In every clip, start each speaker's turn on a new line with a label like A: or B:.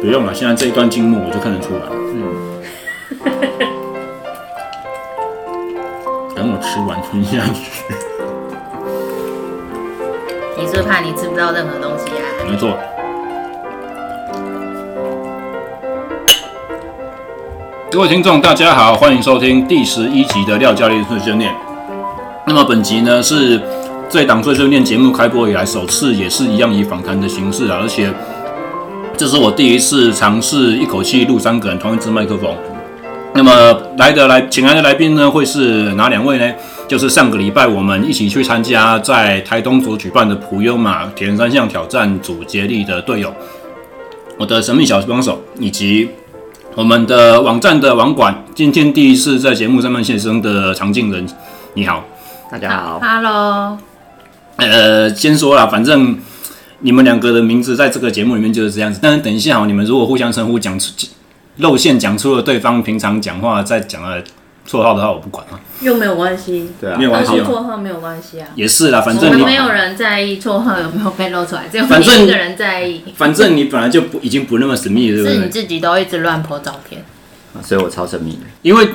A: 不用了，现在这一段静默我就看得出来。
B: 嗯，
A: 等我吃完吞下去。
C: 你是不是怕你吃不到任何东西啊？
A: 没错，各位听众，大家好，欢迎收听第十一集的廖教练碎碎念。那么本集呢是这档碎碎念节目开播以来首次，也是一样以访谈的形式啊，而且这是我第一次尝试一口气录三个人同一支麦克风。那么来的来，请来的来宾呢会是哪两位呢？就是上个礼拜我们一起去参加在台东所举办的普悠玛铁人三项挑战组接力的队友，我的神秘小帮手，以及我们的网站的网管，今天第一次在节目上面现身的常静人，你好。
B: 大家好，
C: ，Hello，
A: 呃，先说了，反正你们两个的名字在这个节目里面就是这样子。但是等一下哦，你们如果互相称呼讲出露馅，讲出了对方平常讲话在讲的绰号的话，我不管啊，
D: 又没有关系，
B: 对啊
A: 没，有关系
D: 跟
A: 哦。
D: 绰号没有关系啊。
A: 也是啦，反
C: 我
A: 正
C: 们
A: 你
C: 没有人在意绰号有没有被露出来，只有
A: 反正
C: 你一个人在意，
A: 反正你本来就不已经不那么神秘了，对不
C: 是你
A: 对？
C: 自己都一直乱 po 照片，
B: 所以我超神秘的。
A: 因为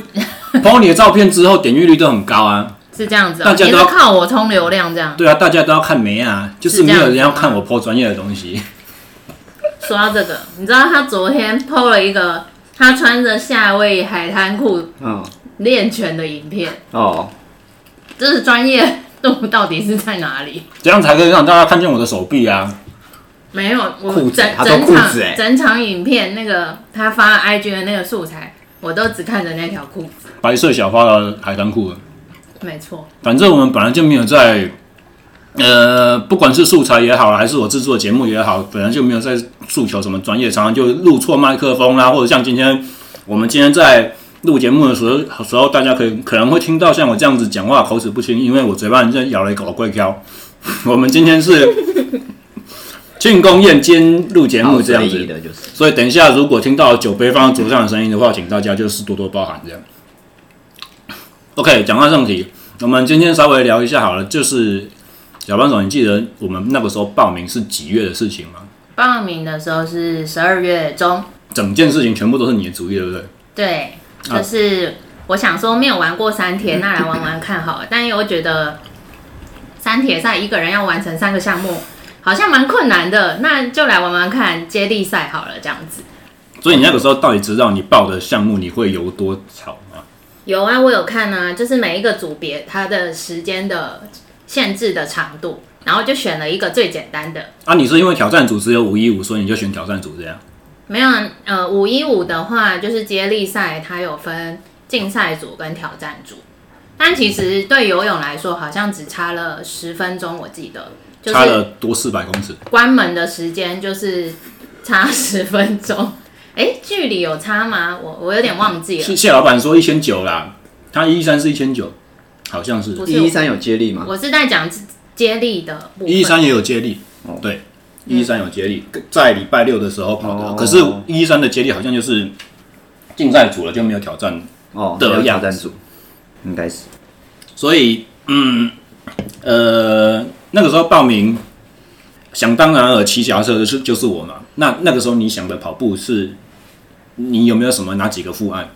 A: PO 你的照片之后，点阅率都很高啊。
C: 是这样子哦、
A: 大家
C: 你
A: 都
C: 是靠我冲流量这样。
A: 对啊，大家都要看没啊，就是
C: 是这
A: 没
C: 样
A: 有人
C: 子
A: 要
C: 吗
A: 看我 PO 专业的东西。
C: 说到这个，你知道他昨天 PO 了一个他穿着夏威夷海滩裤
B: 嗯，
C: 练拳的影片，
B: 哦，
C: 这是专业度到底是在哪里？
A: 这样才可以让大家看见我的手臂啊！
C: 没有，我
B: 裤子
C: 整
B: 他说
C: 整
B: 裤
C: 场
B: 子欸
C: 整场影片那个他发 IG 的那个素材，我都只看着那条裤子。
A: 白色小花的海滩裤，
C: 没错，
A: 反正我们本来就没有在，呃，不管是素材也好，还是我制作节目也好，本来就没有在诉求什么专业，常常就录错麦克风啦，或者像今天我们今天在录节目的时候，时候大家可以可能会听到像我这样子讲话口齿不清，因为我嘴巴里面咬了一口怪胶。我们今天是庆功宴兼录节目这样
B: 好随
A: 子
B: 意，的就是，
A: 所以等一下如果听到酒杯放在桌上的声音的话，请大家就是多多包涵这样。OK，讲到正题，我们今天稍微聊一下好了，就是小帮手，你记得我们那个时候报名是几月的事情吗？
C: 报名的时候是十二月中，
A: 整件事情全部都是你的主意，对不对？
C: 对，
A: 啊
C: 就是我想说没有玩过三铁，那来玩玩看好了。但又觉得三铁赛一个人要完成三个项目，好像蛮困难的，那就来玩玩看接力赛好了，这样子。
A: 所以你那个时候到底知道你报的项目你会有多少吗？
C: 有啊，我有看啊，就是每一个组别它的时间的限制的长度，然后就选了一个最简单的。
A: 啊，你是因为挑战组只有五一五，所以你就选挑战组这样？
C: 没有啊，呃，五一五的话就是接力赛，它有分竞赛组跟挑战组。但其实对游泳来说，好像只差了十分钟，我记得就
A: 差
C: 是
A: 了多四百公尺，
C: 关门的时间就是差十分钟。 哎，距离有差吗？我我有点忘记了
A: 是。谢老板说一千九啦，他一三是一千九，好像是
C: 不是
B: 一一三有接力吗？
C: 我是在讲接力的部分。
A: 一一三也有接力
B: 哦，嗯
A: 对，一一三有接力，在礼拜六的时候跑的。
B: 哦
A: 可是一一三的接力好像就是竞赛组了，就没有挑战，
B: 哦，
A: 的
B: 没有挑
A: 样
B: 战组，应该是
A: 所以嗯呃那个时候报名，想当然尔骑脚踏车的是就是我嘛。那那个时候你想的跑步是，你有没有什么哪几个副案？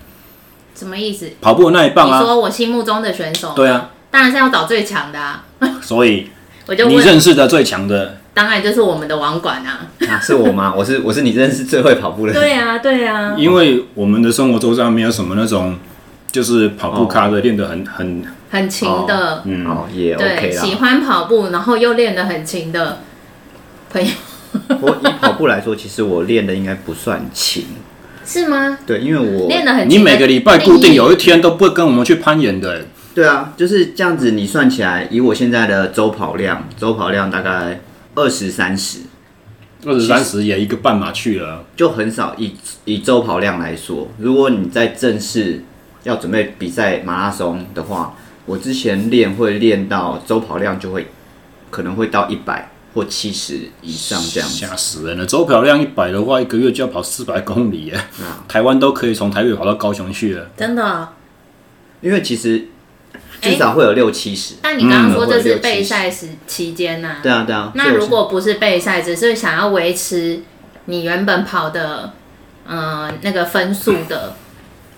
C: 什么意思？你
A: 跑步的那一棒啊，
C: 说我心目中的选手，
A: 对啊，
C: 当然是要找最强的啊。
A: 所以
C: 我就
A: 你
C: 问，
A: 认识的最强的，
C: 当然就是我们的网管啊。
B: 啊，是我吗？我是我是你认识最会跑步的人，
D: 对啊，对啊，
A: 因为我们的生活周遭没有什么那种。就是跑步咖的练得很很
C: 很勤的，
A: 嗯，
B: 哦，也
C: 对
B: OK
C: 喜
B: 啦。
C: 欢跑步，然后又练得很勤的朋友
B: 不过以跑步来说，其实我练的应该不算勤，
C: 是吗？
B: 对，因为我
C: 练得很勤的
A: 你每个礼拜固定有
C: 一
A: 一天都不会跟我们去攀岩的、欸，
B: 对啊，就是这样子。你算起来，以我现在的周跑量，周跑量大概二十三十，
A: 二十三十也一个半马去了。
B: 就很少以以周跑量来说，如果你在正式要准备比赛马拉松的话，我之前练会练到周跑量就会可能会到一百或七十以上嗯这样子。
A: 吓死人了！周跑量一百的话，一个月就要跑四百公里耶，
B: 啊
A: 台湾都可以从台北跑到高雄去了。
D: 真的啊、
B: 因为其实至少会有六七十。
C: 但你刚刚说
B: 嗯
C: 这
B: 我有
C: 是
B: 六七
C: 备赛时期间呐、
B: 嗯对啊，对啊。
C: 那
B: 所以我
C: 如果不是备赛，只是想要维持你原本跑的呃那个分数的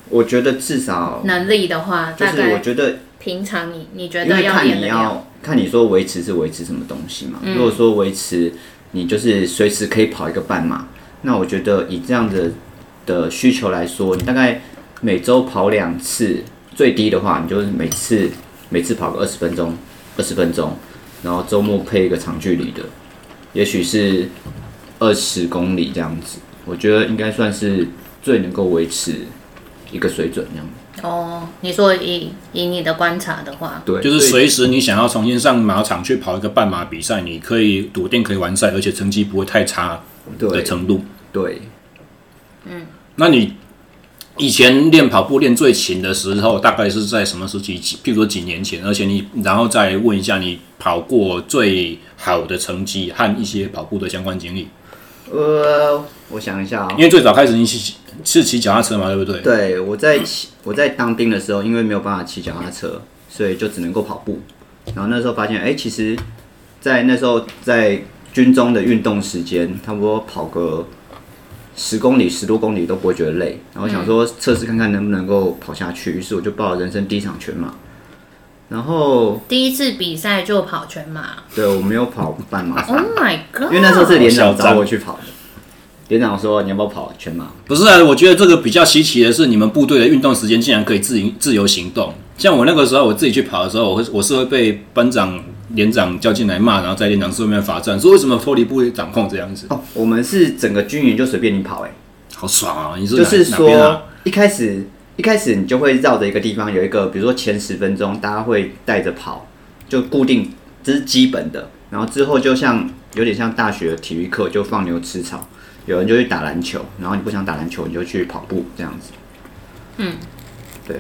B: 我觉得至少
C: 能力的话，
B: 嗯就
C: 大
B: 是我
C: 概
B: 觉得，
C: 平常你你觉
B: 因
C: 得嗯
B: 为
C: 要
B: 看
C: 练
B: 你
C: 的量，
B: 要看你说维持是维持什么东西嘛。如果说维持你就是随时可以跑一个半马，那我觉得以这样的的需求来说，你大概每周跑两次，最低的话，你就是每次每次跑个二十分钟，二十分钟，然后周末配一个长距离的，也许是二十公里这样子，我觉得应该算是最能够维持一个水准这样子。
C: 哦，你说以以你的观察的话，
B: 对，
A: 就是
B: 所以
A: 随时你想要重新上马场去跑一个半马比赛，你可以笃定可以完赛，而且成绩不会太差的
B: 对
A: 程度。
B: 对。
A: 那你以前练跑步练最勤的时候，大概是在什么时期？几譬如说几年前，而且你然后再问一下你跑过最好的成绩和一些跑步的相关经历。
B: 呃，我想一下啊、
A: 因为最早开始你骑是骑脚踏车嘛，对不对？
B: 对我在骑我在当兵的时候，因为没有办法骑脚踏车，所以就只能够跑步。然后那时候发现，哎、其实，在那时候在军中的运动时间，差不多跑个十公里、十多公里都不会觉得累。然后想说测试看看能不能够跑下去，于是我就报了人生第一场全马。然后，
C: 第一次比赛就跑全马
B: 对我没有跑半马，
C: ，Oh my
B: 啊因
C: god！
B: 为那时候是连
A: 哦好
B: 长
A: 嚣张
B: 找我去跑的。连长说：“你要不要跑全马？”
A: 不是啊，我觉得这个比较稀奇的是，你们部队的运动时间竟然可以自由自由行动。像我那个时候，我自己去跑的时候，我会我是会被班长、连长叫进来骂，然后在连长室外面罚站，说为什么脱离部队掌控这样子，
B: 哦，我们是整个军营就随便你跑、哎。
A: 好爽啊！你是
B: 就
A: 哪
B: 是
A: 哪边
B: 说
A: 啊？
B: 一开始一开始你就会绕着一个地方有一个，比如说前十分钟大家会带着跑，就固定这是基本的，然后之后就像有点像大学体育课就放牛吃草，有人就去打篮球，然后你不想打篮球你就去跑步这样子。
C: 嗯，
B: 对。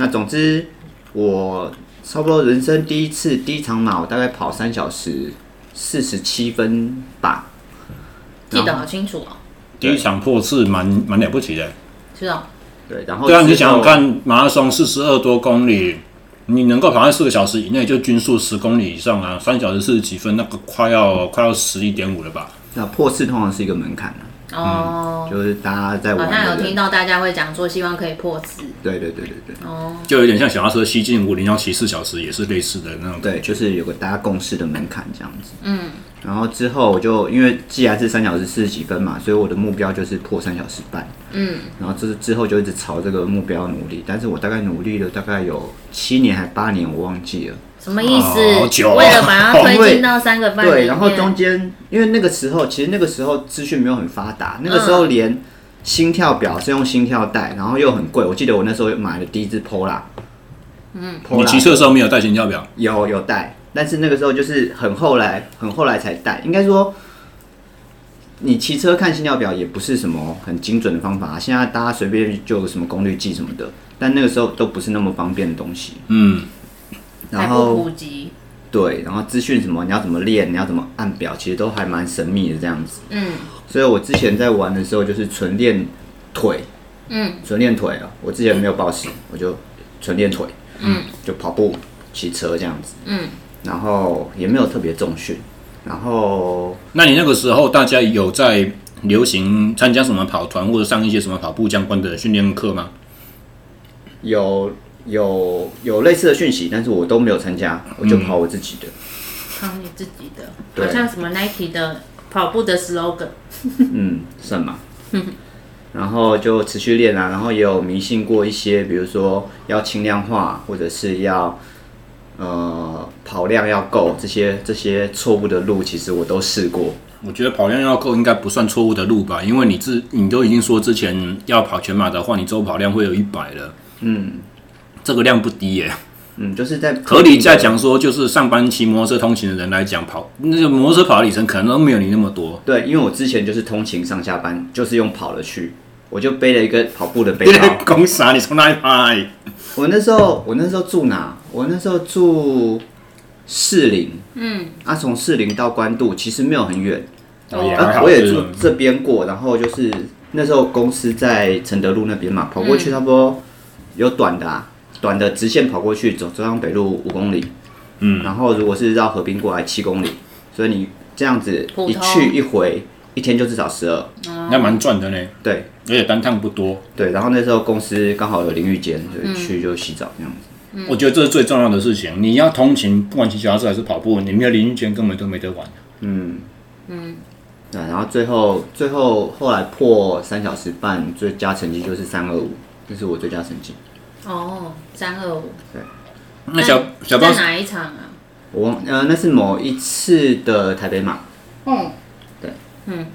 B: 那总之我差不多人生第一次第一场马，我大概跑三小时四十七分吧。
C: 记得好清楚哦，
A: 第一场破是蛮蛮了不起的。
C: 是哦，
B: 对，然后
A: 对啊，
B: 之
A: 你想想
B: 后
A: 看，马拉松四十二多公里，你能够跑在四个小时以内，就均速十公里以上啊，三小时四十几分，那个快要快要十一点五了吧？
B: 那破四通常是一个门槛啊
C: 哦，
B: 嗯就是大家在玩
C: 好像
B: 的
C: 有听
B: 人，
C: 到大家会讲说希望可以破四
B: 对对对对对
C: 哦，
A: 就有点像小踏车西进五零幺骑四小时，也是类似的那种。
B: 对，就是有个大家共识的门槛这样子。嗯，然后之后我就因为既然是三小时四十几分嘛，所以我的目标就是破三小时半。
C: 嗯，
B: 然后之之后就一直朝这个目标努力，但是我大概努力了大概有七年还八年，我忘记了。
C: 什么意思？
A: 哦好久哦
C: 为了把它推进到三个半里面，
B: 啊对，然后中间因为那个时候其实那个时候资讯没有很发达，那个时候
C: 嗯
B: 连心跳表是用心跳带，然后又很贵。我记得我那时候买了第一只 Pola，嗯
A: 你骑车的时候没有带行跳表，
B: 有有带，但是那个时候就是很后来，很后来才带。应该说，你骑车看心跳表也不是什么很精准的方法，啊现在大家随便就有什么功率计什么的，但那个时候都不是那么方便的东西。
A: 嗯，
C: 还
B: 然
C: 不
B: 后
C: 普及，
B: 对，然后资讯什么，你要怎么练，你要怎么按表，其实都还蛮神秘的这样子。
C: 嗯
B: 所以我之前在玩的时候，就是纯练腿，
C: 嗯
B: 纯练腿啊。我之前没有暴食，我就纯练腿，
C: 嗯，
B: 就跑步、骑车这样子。
C: 嗯，
B: 然后也没有特别重训，然后
A: 那你那个时候大家有在流行参加什么跑团或者上一些什么跑步相关的训练课吗？
B: 有有有类似的讯息，但是我都没有参加，我
C: 嗯
B: 就跑我自己的。
D: 靠你自己的，
B: 对
D: 好像什么 Nike 的跑步的 slogan，
B: 嗯，算吧。然后就持续练啊，然后也有迷信过一些，比如说要轻量化，或者是要呃跑量要够，这些这些错误的路，其实我都试过。
A: 我觉得跑量要够应该不算错误的路吧，因为你自你都已经说之前要跑全马的话，你周跑量会有一百了，
B: 嗯
A: 这个量不低 耶、
B: 嗯，就是在
A: 合理在讲说，就是上班骑摩托车通勤的人来讲，跑那个摩托车跑的里程可能都没有你那么多。
B: 对，因为我之前就是通勤上下班，就是用跑的去，我就背了一个跑步的背
A: 你在
B: 包。
A: 讲啥？啊你从哪里拍？
B: 我那时候，我那时候住哪？我那时候住士林，
C: 嗯，
B: 啊，从士林到关渡其实没有很远，
A: 哦也还
B: 啊
A: 好
B: 我也
A: 是
B: 住这边过，然后就是那时候公司在承德路那边嘛，跑过
A: 嗯
B: 去差不多有短的、啊，短的直线跑过去，走中央北路五公里，
A: 嗯，
B: 然后如果是绕河滨过来七公里，所以你这样子
C: 普
B: 一
C: 通
B: 去一回，一天就至少十二，
C: 哦
A: 嗯那蛮赚的呢，
B: 对
A: 而且单趟不多。
B: 对，然后那时候公司刚好有淋浴间，
C: 嗯
B: 就去就洗澡这样子。
A: 我觉得这是最重要的事情。你要通勤，不管骑脚踏车还是跑步，你没有淋浴间根本都没得玩。
B: 对，然后最后最后后来破三小时半，最佳成绩就是三二五，这是我最佳成绩。
C: 哦，三二五，
B: 嗯
A: 那小小包
C: 在哪一场啊？
B: 我忘呃，那是某一次的台北马，
C: 嗯，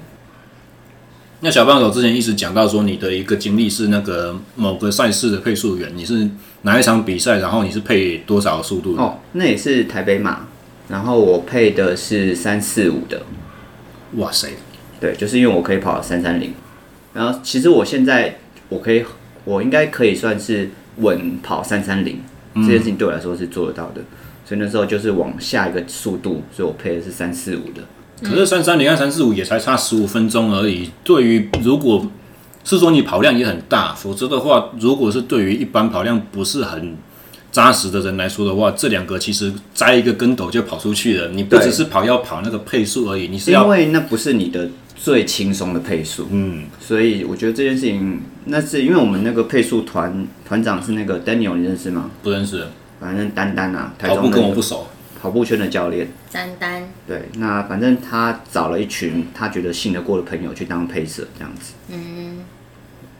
A: 那小帮手之前一直讲到说，你的一个经历是那个某个赛事的配速员，你是哪一场比赛，然后你是配多少速度？
B: 哦，那也是台北马，然后我配的是三四五的，
A: 哇塞，
B: 对，就是因为我可以跑三三零，然后其实我现在我可以，我应该可以算是稳跑三三零这
A: 嗯
B: 件事情对我来说是做得到的，所以那时候就是往下一个速度，所以我配的是三四五的，
A: 可是三三零和三四五也才差十五分钟而已。对于如果是说你跑量也很大，否则的话，如果是对于一般跑量不是很扎实的人来说的话，这两个其实栽一个跟斗就跑出去了。你不
B: 对
A: 只是跑要跑那个配速而已，你是
B: 因
A: 要
B: 为那不是你的最轻松的配速，
A: 嗯，
B: 所以我觉得这件事情，那是因为我们那个配速团团长是那个 Daniel，你认识吗？
A: 不认识
B: 反正丹丹啊，台
A: 跑
B: 中
A: 步
B: 的
A: 跟我不熟，
B: 跑步圈的教练，
C: 丹丹，
B: 对，那反正他找了一群他觉得信得过的朋友去当配色这样子。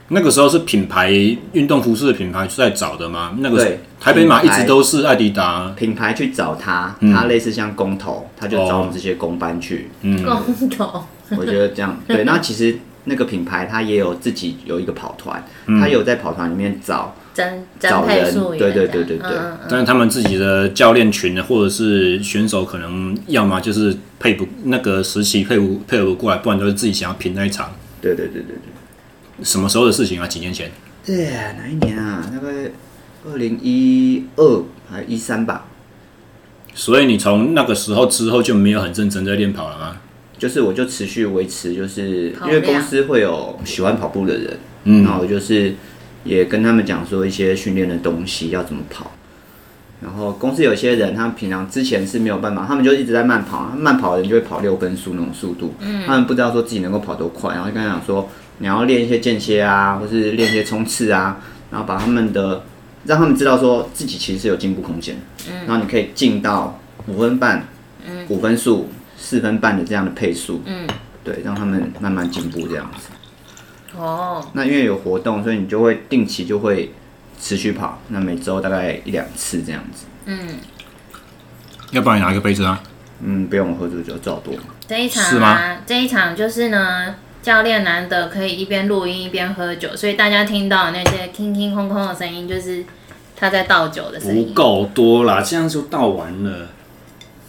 A: 那个时候是品牌运动服饰的品牌在找的吗？那个
B: 对
A: 台北马一
B: 品牌
A: 直都是艾迪达，
B: 品牌去找他，
A: 嗯
B: 他类似像工头，他就找我
A: 哦
B: 们这些工班去。
A: 嗯，
C: 公投，
B: 我觉得这样对。那其实那个品牌他也有自己有一个跑团，他有在跑团里面找
C: 真真
B: 找
C: 配
B: 人
C: 速，员这
B: 对
C: 样，
B: 对对对对。
C: 嗯
A: 但是他们自己的教练群或者是选手，可能要么就是配不那个时期配不配不过来，不然就是自己想要拼那一场。
B: 对对对对
A: 什么时候的事情啊？几年前？
B: 对。对，哪一年啊？大概二零一二还一三吧。
A: 所以你从那个时候之后就没有很认真在练跑了吗？
B: 就是我就持续维持，就是
C: 跑
B: 因为
C: 量
B: 公司会有喜欢跑步的人，
A: 嗯
B: 那我就是也跟他们讲说一些训练的东西要怎么跑。然后公司有些人，他们平常之前是没有办法，他们就一直在慢跑，他们慢跑的人就会跑六分速那种速度，
C: 嗯
B: 他们不知道说自己能够跑多快，然后就跟他讲说你要练一些间歇啊，或是练一些冲刺啊，然后把他们的让他们知道说自己其实是有进步空间，
C: 嗯
B: 然后你可以进到五分半、五分速、四分半的这样的配速，
C: 嗯
B: 对，让他们慢慢进步这样子。
C: 哦，
B: 那因为有活动，所以你就会定期就会持续跑，那每周大概一两次这样子。
C: 嗯，
A: 要不然你拿一个杯子啊？
B: 嗯，不用我喝醉酒，照多。
C: 这一场
A: 是吗
C: 啊，这一场就是呢，教练难得可以一边录音一边喝酒，所以大家听到那些听听空空的声音，就是他在倒酒的声
A: 不
C: 音。
A: 哦够多啦，这样就倒完了。嗯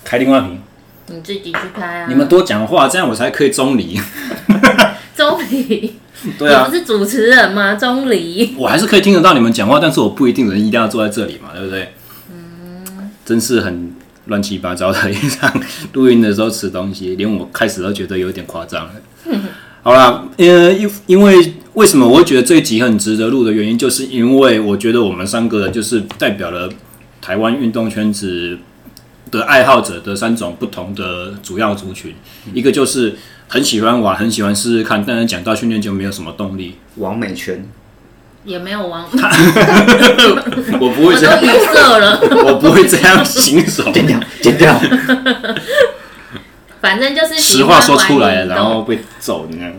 A: 开另外一瓶，
C: 你自己去开啊，
A: 你们多讲话，这样我才可以中离。
C: 钟离，
A: 对
C: 你
A: 啊，
C: 不是主持人吗？钟离，
A: 我还是可以听得到你们讲话，但是我不一定人一定要坐在这里嘛，对不对？嗯，真是很乱七八糟的一场录音的时候吃东西，连我开始都觉得有点夸张了。好啦，呃，因因为为什么我会觉得这一集很值得录的原因，就是因为我觉得我们三个人就是代表了台湾运动圈子的爱好者的三种不同的主要族群，一个就是很喜欢玩，很喜欢试试看，但是讲到训练就没有什么动力。
B: 王美圈，
C: 也没有往，
A: 我不
C: 我
A: 会
C: 都
A: 这样，
C: 语塞 了。
A: 我不会这样形容。
B: 剪掉，剪掉。
C: 反正 就是喜
A: 实话
C: 欢
A: 说出来
C: 玩
A: 了，
C: 运动
A: 然后被揍你看。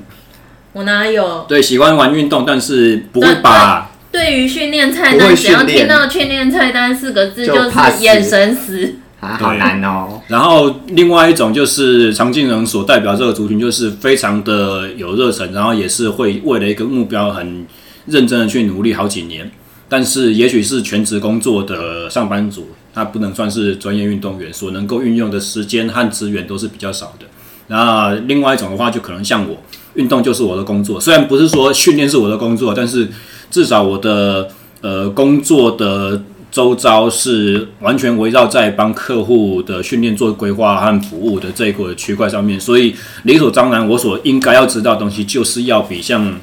C: 我哪有？
A: 对，喜欢玩运动，但是不会把
C: 对于训练菜
B: 不
C: 单，
B: 会
C: 只要
B: 训练
C: 听到训练菜单四个字，
B: 就
C: 就
B: 怕
C: 是
B: 死
C: 眼神死。
B: 啊，好难哦。
A: 然后另外一种就是常进人所代表这个族群，就是非常的有热忱，然后也是会为了一个目标很认真的去努力好几年。但是也许是全职工作的上班族，他不能算是专业运动员，所能够运用的时间和资源都是比较少的。那另外一种的话，就可能像我，运动就是我的工作，虽然不是说训练是我的工作，但是至少我的呃工作的周遭是呃完全围绕在帮客户的训练做规划和服务的这一个区块上面，所以理所当然，我所应该要知道的东西，就是要比像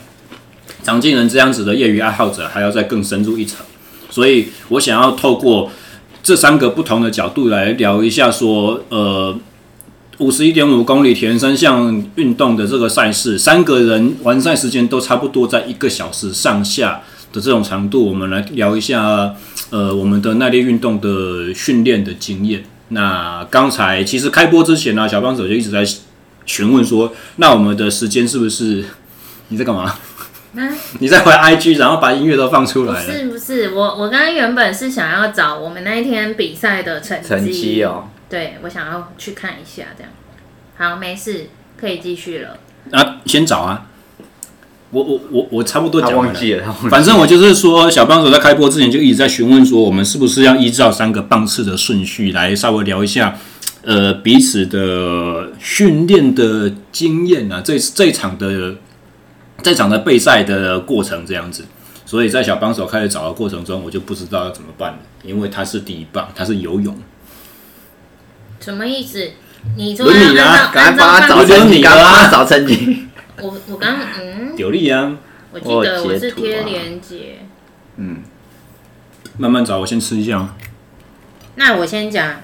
A: 常进人这样子的业余爱好者还要再更深入一层。所以我想要透过这三个不同的角度来聊一下说呃。五十一点五公里田三项运动的这个赛事，三个人完赛时间都差不多在一个小时上下的这种长度，我们来聊一下呃我们的耐力运动的训练的经验。那刚才其实开播之前呢、小帮手就一直在询问说，那我们的时间是不是？你在干嘛？
C: 那
A: 你在玩 IG，然后把音乐都放出
C: 不
A: 来了。
C: 是不是，我我刚刚原本是想要找我们那一天比赛的成绩，
B: 成绩哦，
C: 对我想要去看一下，这样。好，没事，可以继续了。
A: 啊，先找啊。我我我我差不多
B: 他
A: 讲完
B: 忘
A: 了。
B: 记了，他忘记了
A: 反正我就是说，小帮手在开播之前就一直在询问说，我们是不是要依照三个棒次的顺序来稍微聊一下，呃，彼此的训练的经验啊，这这一场的这场的备赛的过程这样子。所以在小帮手开始找的过程中，我就不知道要怎么办了，因为他是第一棒，他是游泳，
C: 什么意思？你说
A: 轮你
C: 要
A: 啦
C: 按照
B: 啊赶
C: 按
B: 快
C: 照
B: 帮他找
C: 棒
A: 就
C: 子，
B: 成
A: 是你
B: 绩，
A: 啊
B: 赶快帮他找成绩。
C: 我我刚嗯，
A: 有力啊，
C: 我记得
B: 我
C: 我
B: 有截
C: 是
B: 图啊
C: 贴连接。
A: 慢慢找，我先吃一下啊。
D: 那我先讲，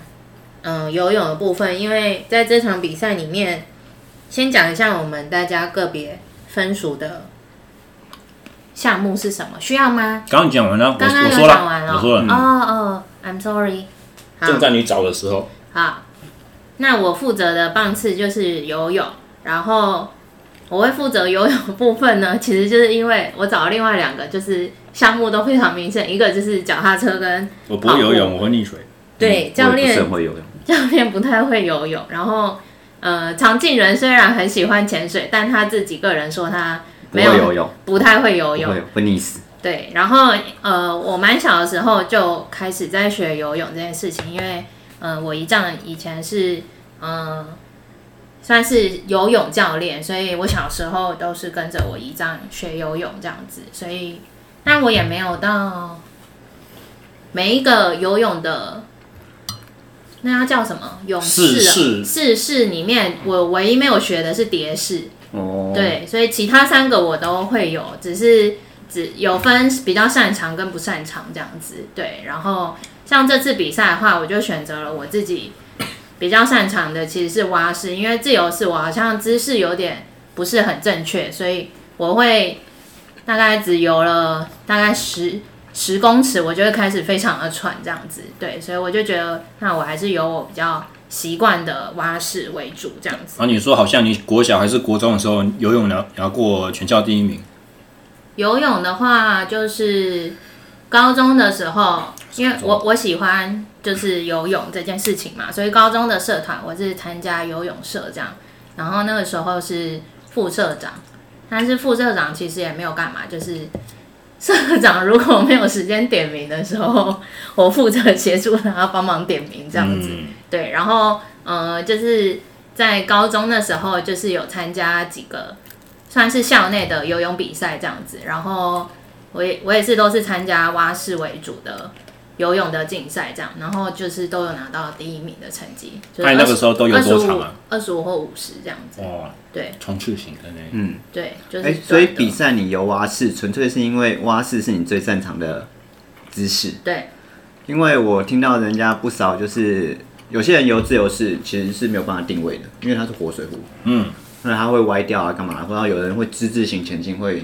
D: 嗯、游泳的部分，因为在这场比赛里面，先讲一下我们大家个别分属的
C: 项目是什么？需要吗？
A: 刚刚讲完了，我
C: 刚刚
A: 我
C: 有
A: 说
C: 讲完
A: 了，
C: 了。
A: 我说了，
C: 哦哦，I'm sorry。好
A: 正在你找的时候。
C: 好，那我负责的棒次就是游泳，然后我会负责游泳的部分呢，其实就是因为我找了另外两个，就是项目都非常明显，一个就是脚踏车跟
A: 我不会游泳，嗯我会溺水。
C: 对
B: 嗯
C: 教
B: 我也不是
C: 练
B: 很会游泳，
C: 教练不太会游泳，然后呃，常静人虽然很喜欢潜水，但他自己个人说他
B: 不
C: 没
B: 会游
C: 有
B: 泳，
C: 不太会
B: 不
C: 游
B: 会
C: 泳，
B: 会溺死。
C: 对，然后呃，我蛮小的时候就嗯开始在学游泳这件事情，因为呃，我姨丈以前是嗯、呃算是游泳教练，所以我小时候都是跟着我姨丈学游泳这样子，所以但我也没有到每一个游泳的。那要叫什么泳
A: 式
C: 式啊？式式里面，我唯一没有学的是蝶式，
B: 哦，，
C: 对，所以其他三个我都会有，只是只有分比较擅长跟不擅长这样子。对，然后像这次比赛的话，我就选择了我自己比较擅长的，其实是蛙式，因为自由式我好像姿势有点不是很正确，所以我会大概只游了大概十。十公尺，我就会开始非常的喘，这样子，对，所以我就觉得，那我还是游我比较习惯的蛙式为主，这样子。
A: 然后你说好像你国小还是国中的时候游泳拿拿过全校第一名，
C: 游泳的话，就是高中的时候，因为我我喜欢就是游泳这件事情嘛，所以高中的社团我是参加游泳社这样，然后那个时候是副社长，但是副社长其实也没有干嘛，就是社长如果没有时间点名的时候，我负责协助他帮忙点名这样子。
A: 嗯
C: 对，然后呃，就是在高中的时候，就是有参加几个算是校内的游泳比赛这样子，然后我也我也是都是参加蛙式为主的游泳的竞赛这样，然后就是都有拿到第一名的成绩。就是
A: 那你那个时候都游多长啊？
C: 二十五或五十这样子。
A: 嗯哇，
C: 对
A: 冲刺型的呢。
B: 哦嗯，
C: 对，就是
B: 哎，
C: 短的、
B: 所以比赛你游蛙式，纯粹是因为蛙式是你最擅长的姿势。
C: 对
B: 因为我听到人家不少就是有些人游自由式其实是没有办法定位的，因为它是活水湖，
A: 嗯，
B: 那它会歪掉啊，干嘛？或者有人会之字形前进，会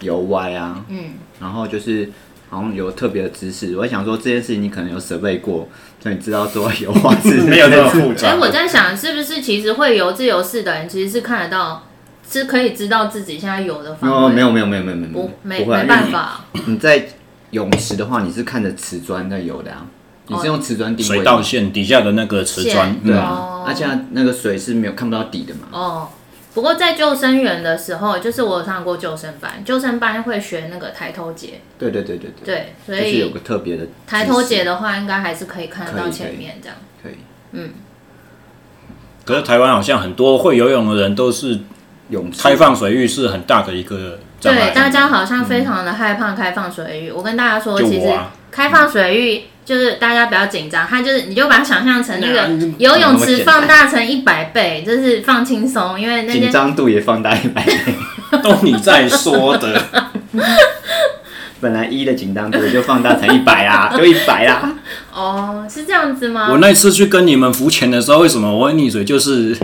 B: 游歪啊，
C: 嗯，
B: 然后就是好像有特别的姿势。我在想说这件事情你可能有准备过，所以你知道说游蛙 式
A: 没有那么复
C: 所以
B: 啊
A: 杂。
C: 我在想，是不是其实会游自由式的人，其实是看得到，是可以知道自己现在游的方
B: 哦，
C: 位。
B: 没有没有没有没有没有，
C: 不没
B: 不会啊，
C: 没办法，
B: 因为你。你在泳池的话，你是看着瓷砖在游的啊，你是用瓷砖定位
A: 水
B: 的
A: 道线底下的那个瓷砖
C: 线，
B: 对
A: 嗯，
B: 啊
C: 哦，
B: 而且它那个水是没有看不到底的嘛。
C: 哦，不过在救生员的时候，就是我有上过救生班，救生班会学那个抬头节，
B: 对对对对对。
C: 对，所
B: 就是有
C: 以
B: 个特别的
C: 抬头
B: 姿势
C: 节的话，应该还是可以看得
B: 可
C: 到
B: 以
C: 前
B: 可以
C: 面这样。
B: 可以
A: 可是台湾好像很多会游泳的人都是
B: 泳池
A: 开放水域是很大的一个障碍。
C: 对，大家好像非常的害怕开放水域。我跟大家说，
A: 就
C: 其实
A: 我啊
C: 开放水域就是大家不要紧张，它就是你就把它想象成那
A: 哪
C: 个
A: 有
C: 游泳
B: 啊那么
C: 池
B: 简单
C: 放大成一百倍，就是放轻松，因为那
B: 紧
C: 些
B: 张度也放大一百倍，
A: 都你在说的，
B: 本来一的紧张度就放大成一百啦， 就一百啊啦。
C: 哦，是这样子吗？
A: 我那次去跟你们浮潜的时候，为什么我会溺水？就是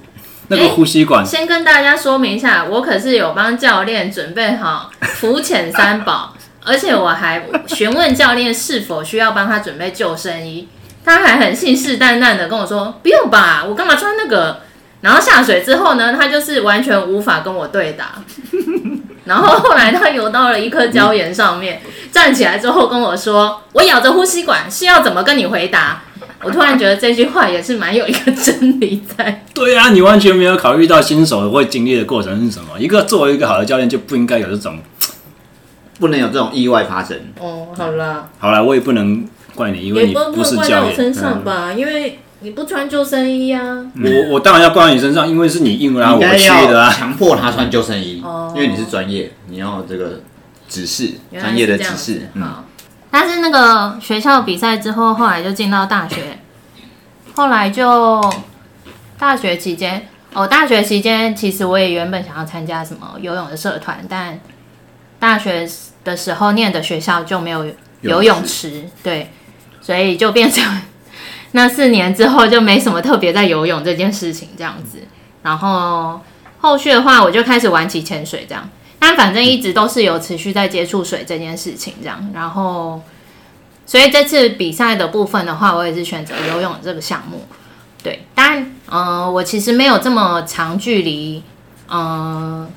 A: 那个
C: 哎
A: 呼吸管，
C: 先跟大家说明一下，我可是有帮教练准备好浮潜三宝，而且我还询问教练是否需要帮他准备救生衣，他还很信誓旦旦的跟我说不用吧，我干嘛穿那个？然后下水之后呢，他就是完全无法跟我对答。 然后后来他游到了一颗礁岩上面，站起来之后跟我说：“我咬着呼吸管是要怎么跟你回答？”我突然觉得这句话也是蛮有一个真理在。
A: 对啊，你完全没有考虑到新手会经历的过程是什么。一个作为一个好的教练，就不应该有这种。
B: 不能有这种意外发生。
D: 哦，好啦，
A: 好了，我也不能怪你，因为
D: 也
A: 你
D: 不
A: 不
D: 不能
A: 是
D: 怪在
A: 教
D: 我
A: 练。嗯
D: 身上吧，因为你不穿救生衣啊。
A: 我我当然要怪你身上，因为是你硬拉
B: 应
A: 我
B: 该
A: 去
B: 要
A: 的啊。
B: 强迫他穿救生衣
D: 哦，
B: 因为你是专业，你要这个指示，
C: 原来
B: 专
C: 是
B: 业的
C: 这
B: 指
C: 样
B: 示
C: 子。
B: 嗯，
C: 好，但是那个学校比赛之后，后来就进到大学，后来就大学期间，哦，大学期间其实我也原本想要参加什么游泳的社团，但大学的时候念的学校就没有游泳池，对，所以就变成那四年之后就没什么特别在游泳这件事情这样子，然后后续的话我就开始玩起潜水这样。但反正一直都是有持续在接触水这件事情，这样。然后，所以这次比赛的部分的话，我也是选择游泳这个项目。对，但呃，我其实没有这么长距离，呃，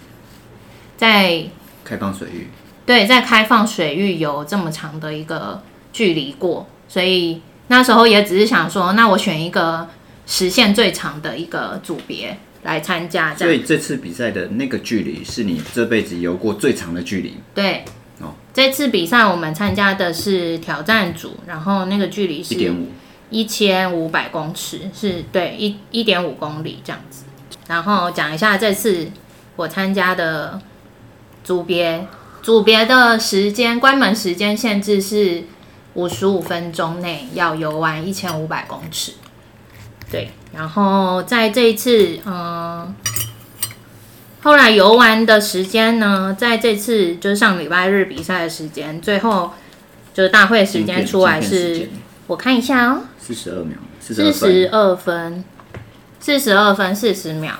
C: 在
B: 开放水域，
C: 对，在开放水域有这么长的一个距离过，所以那时候也只是想说，那我选一个时限最长的一个组别来参加，啊这
B: 所
C: 样
B: 以这次比赛的那个距离是你这辈子游过最长的距离，
C: 对。
B: 哦
C: 这次比赛我们参加的是挑战组，然后那个距离
B: 一点
C: 是
B: 五。
C: 一千五百公尺，是对一一点五公里这样子。然后讲一下这次我参加的组别，组别的时间关门时间限制是五十五分钟内要游完一千五百公尺。对，然后在这一次，嗯、后来游玩的时间呢，在这次就是上礼拜日比赛的时间，最后就是大会哎时间出来是，我看一下哦，
B: 四十二秒，四十
C: 四
B: 二
C: 十，二分，
B: 分
C: 四十二分四十秒，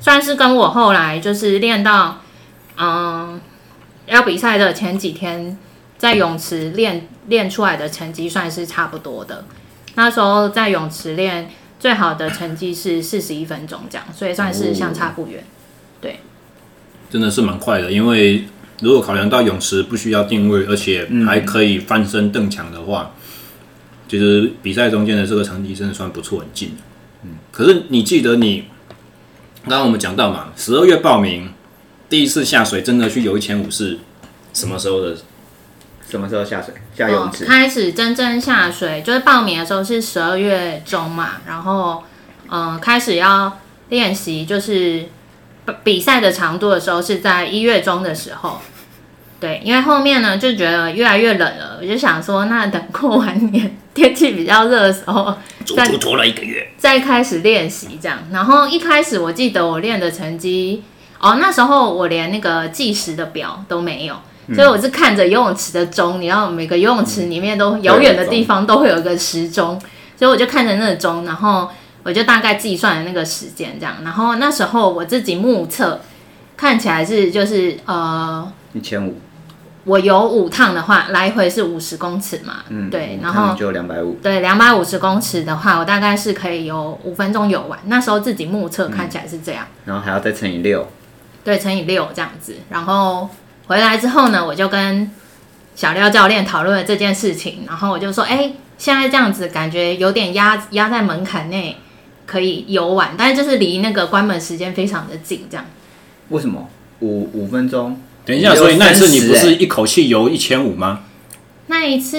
C: 算是跟我后来就是练到，嗯，要比赛的前几天在泳池练练出来的成绩算是差不多的。那时候在泳池练最好的成绩是四十一分钟这样，所以算是相差不远。
A: 真的是蛮快的，因为如果考量到泳池不需要定位，而且还可以翻身蹬墙的话，其实比赛中间的这个成绩真的算不错，很近。嗯，可是你记得你刚刚我们讲到嘛，十二月报名，第一次下水真的去游一千五是什么时候的？
B: 什么时候下水？下泳池
C: 哦。开始真正下水，就是报名的时候是十二月中嘛，然后嗯、呃开始要练习，就是比比赛的长度的时候是在一月中的时候。对，因为后面呢就觉得越来越冷了，我就想说，那等过完年天气比较热的时候，
A: 足
C: 在
A: 足拖了一个月。
C: 再开始练习这样。然后一开始我记得我练的成绩，哦，那时候我连那个计时的表都没有，所以我是看着游泳池的钟，你知道每个游泳池里面都遥远的地方都会有一个时钟，所以我就看着那个钟，然后我就大概计算了那个时间这样。然后那时候我自己目测，看起来是就是呃。
B: 一千五，
C: 我游五趟的话，来回是五十公尺嘛，
B: 嗯
C: 对，然后
B: 他们就两百五，
C: 对，两百五十公尺的话，我大概是可以有五分钟游完。那时候自己目测看起来是这样，
B: 然后还要再乘以六，
C: 对，乘以六这样子。然后回来之后呢，我就跟小廖教练讨论了这件事情，然后我就说，哎、现在这样子感觉有点压压在门槛内可以游玩，但是就是离那个关门时间非常的近，这样。
B: 为什么？五五分钟，
A: 等一下，
B: 你游
A: 所以那次你不
B: 30
A: 是
B: 欸
A: 一口气游一千五吗？
C: 那一次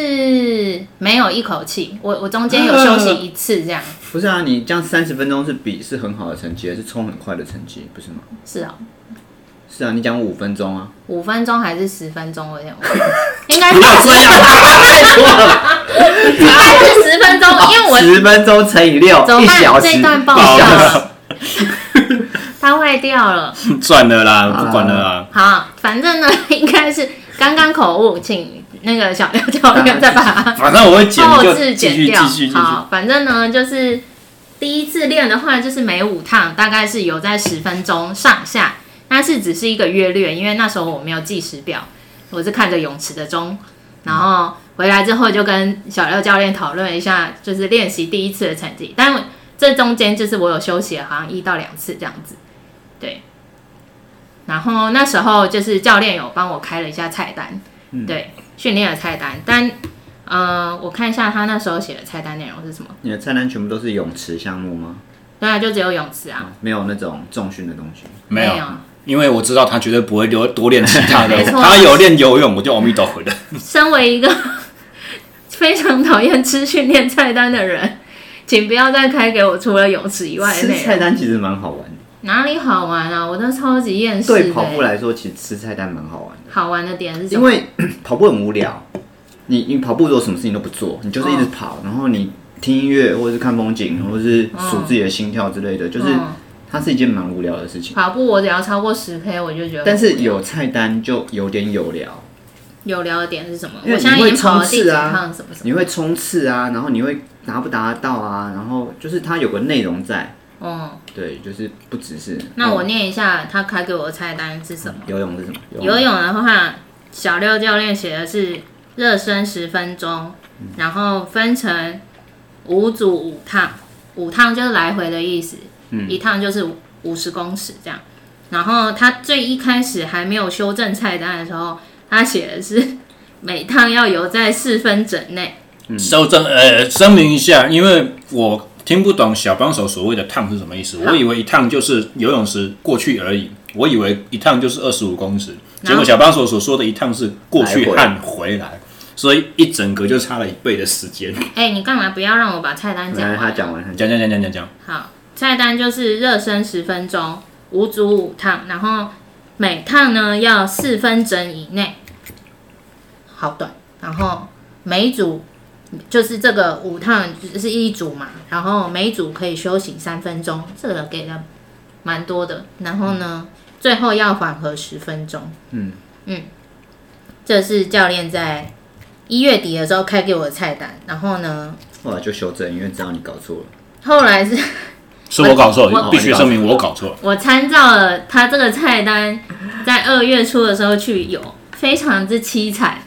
C: 没有一口气，我我中间有休息一次，这样
B: 不是啊？你这样三十分钟是比是很好的成绩，是冲很快的成绩，不是吗？
C: 是哦。
B: 是啊，你讲五分钟啊，
C: 五分钟还是十分钟？我有点忘了，应 该是
B: 不要这样，太多了，
C: 应该是十分钟，因为我
B: 十分钟乘以六，
C: 怎
B: 一
C: 么
B: 小
C: 办？
B: 时，
C: 这一段爆
A: 爆
C: 掉
A: 了
C: 了， 它坏掉了。
A: 算了啦，不管了啦。
C: 好，反正呢，应该是刚刚口误，请那个小廖教练再把它
A: 反正我会剪，
C: 后
A: 就继
C: 置剪
A: 续继
C: 掉。
A: 续继续。
C: 好，反正呢，就是第一次练的话，就是每五趟大概是有在十分钟上下，但是只是一个约略，因为那时候我没有计时表，我是看着泳池的钟，然后回来之后就跟小廖教练讨论一下，就是练习第一次的成绩，但这中间就是我有休息了，好像一到两次这样子，对。然后那时候就是教练有帮我开了一下菜单，
A: 嗯
C: 对，训练的菜单，但呃，我看一下他那时候写的菜单内容是什么。
B: 你的菜单全部都是泳池项目吗？
C: 对啊，就只有泳池啊，
B: 没有那种重训的东西。
A: 没有，因为我知道他绝对不会留多练其他的
C: 没，错
A: 他有练游泳，我就阿弥陀佛了。
C: 身为一个 非常讨厌吃训练菜单的人，请不要再开给我除了泳池以外的
B: 吃
C: 内
B: 菜
C: 容。
B: 单其实蛮好玩的，
C: 哪里好玩啊？我都超级厌世的、欸
B: 对跑步来说，其实吃菜单蛮好玩的，
C: 好玩的点是什
B: 因
C: 么？哦
B: 为 跑步很无聊。你你跑步如果什么事情都不做，你就是一直
C: 嗯
B: 跑，然后你听音乐或者是看风景，或者是数自己的心跳之类的，就是
C: 嗯、
B: 它是一件蛮无聊的事情。
C: 跑步，我只要超过十 K 我就觉得。嗯
B: 但是有菜单就有点有聊，
C: 有聊的点是什么？
B: 因为
C: 我现在
B: 你
C: 已
B: 会
C: 经跑了
B: 冲
C: 第几
B: 刺啊
C: 趟，什么什么？
B: 你会冲刺啊，然后你会拿不拿得到啊，然后就是它有个内容在，
C: 哦、
B: 对，就是不只是。
C: 那我
B: 哦
C: 念一下他开给我的菜单是什么。
B: 游泳是什么？
C: 游泳的话，小六教练写的是热身十分钟，然后分成五组五趟，五趟就是来回的意思，一趟就是五十公尺这样。然后他最一开始还没有修正菜单的时候，他写的是每趟要游在四分整内。
A: 修正呃，声明一下，因为我听不懂小帮手所谓的“趟”是什么意思，
C: 好
A: 我以为一趟就是游泳池过去而已，我以为一趟就是二十五公尺，
C: 然
A: 结
C: 后
A: 果小帮手所说的一趟是过去
B: 来回
A: 和回来，所以一整个就差了一倍的时间。
C: 哎、你干嘛不要让我把菜单讲
B: 来
C: 完？
B: 他讲完，他讲
A: 讲讲讲讲讲讲，
C: 好，菜单就是热身十分钟，五组五趟，然后每趟呢要四分整以内，好短。然后每一组就是这个五趟是一组嘛，然后每一组可以休息三分钟，这个给的蛮多的。然后呢，最后要缓和十分钟。
B: 嗯
C: 嗯，这是教练在一月底的时候开给我的菜单，然后呢，
B: 后来就修正，因为知道你搞错了。
C: 后来是。
A: 是我搞错
C: 我
A: 了，
B: 我
A: 必须声明我搞错了。
C: 我参照了他这个菜单，在二月初的时候去游，非常之凄惨。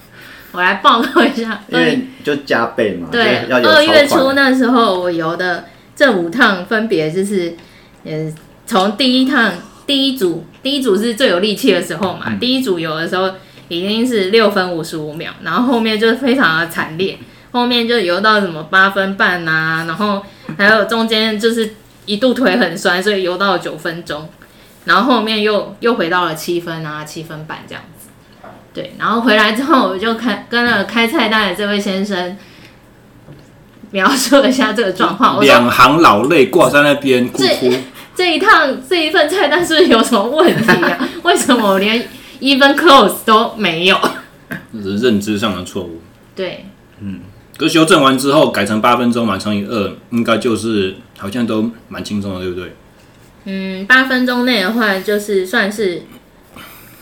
C: 我来报告一下，
B: 因为就加倍嘛，
C: 对
B: 就是要有
C: 二月
B: 超
C: 初
B: 款
C: 那时候我游的这五趟分别就是，嗯，从第一趟第一组第一组是最有力气的时候嘛，
B: 嗯
C: 第一组游的时候已经是六分五十五秒，然后后面就非常的惨烈，后面就游到什么八分半呐、然后还有中间就是一度腿很酸，所以游到了九分钟，然后后面又又回到了七分啊七分半这样子。对，然后回来之后，我就看跟了开菜单的这位先生描述了一下这个状况。我说
A: 两行老泪挂在那边哭哭，
C: 这一趟这一份菜单是不是有什么问题啊？ 为什么我连 even close 都没有？
A: 这是认知上的错误。
C: 对，
A: 可是修正完之后改成八分钟嘛，乘以二，应该就是好像都蛮轻松的，对不对？
C: 嗯，八分钟内的话，就是算是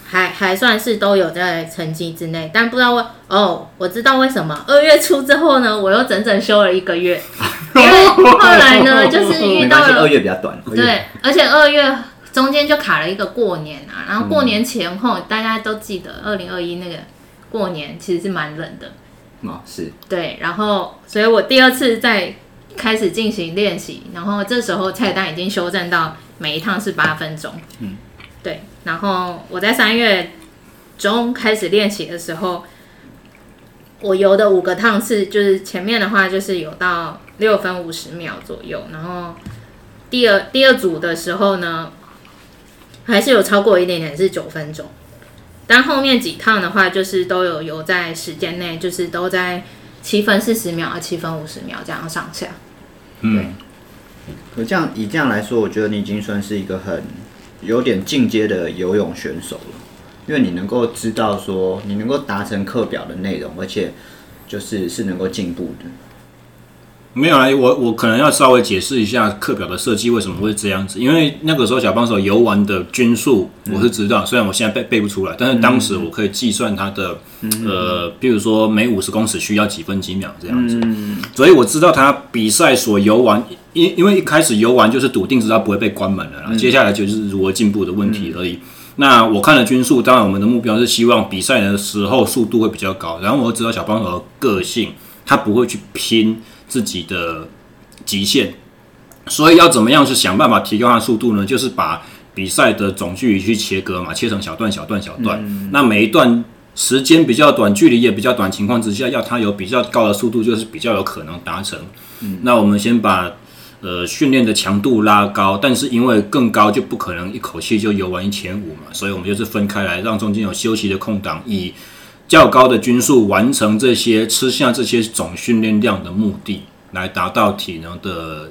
C: 还还算是都有在成绩之内，但不知道为哦，我知道为什么二月初之后呢，我又整整休了一个 月，因为后来呢，就是遇
B: 没
C: 到
B: 关系，
C: 了
B: 二月比较短。二月，
C: 对，而且二月中间就卡了一个过年啊，然后过年前后、大家都记得二零二一那个过年其实是蛮冷的，
B: 哦，是
C: 对，然后所以我第二次再开始进行练习，然后这时候菜单已经修正到每一趟是八分钟，嗯，对，然后我在三月中开始练习的时候，我游的五个趟次就是前面的话就是有到六分五十秒左右，然后第二第二组的时候呢，还是有超过一点点是九分钟。但后面几趟的话，就是都有游在时间内，就是都在七分四十秒、啊七分五十秒这样上下。
A: 嗯，
B: 可这样以这样来说，我觉得你已经算是一个很有点进阶的游泳选手了，因为你能够知道说你能够达成课表的内容，而且就是是能够进步的。
A: 没有啦，啊我我可能要稍微解释一下课表的设计为什么会这样子，因为那个时候小帮手游玩的均数我是知道，虽然我现在背背不出来，但是当时我可以计算它的、呃，比如说每五十公尺需要几分几秒这样子，所以我知道他比赛所游玩，因因为一开始游玩就是笃定知道不会被关门了啦，接下来就是如何进步的问题而已。那我看了均速，当然我们的目标是希望比赛的时候速度会比较高，然后我知道小帮手的个性，他不会去拼自己的极限，所以要怎么样去想办法提高他的速度呢？就是把比赛的总距离去切割嘛，切成小段、小段、小段。那每一段时间比较短，距离也比较短情况之下，要他有比较高的速度，就是比较有可能达成。那我们先把呃训练的强度拉高，但是因为更高就不可能一口气就游完一千五嘛，所以我们就是分开来，让中间有休息的空档，以较高的均速完成这些吃下这些总训练量的目的，来达到体能的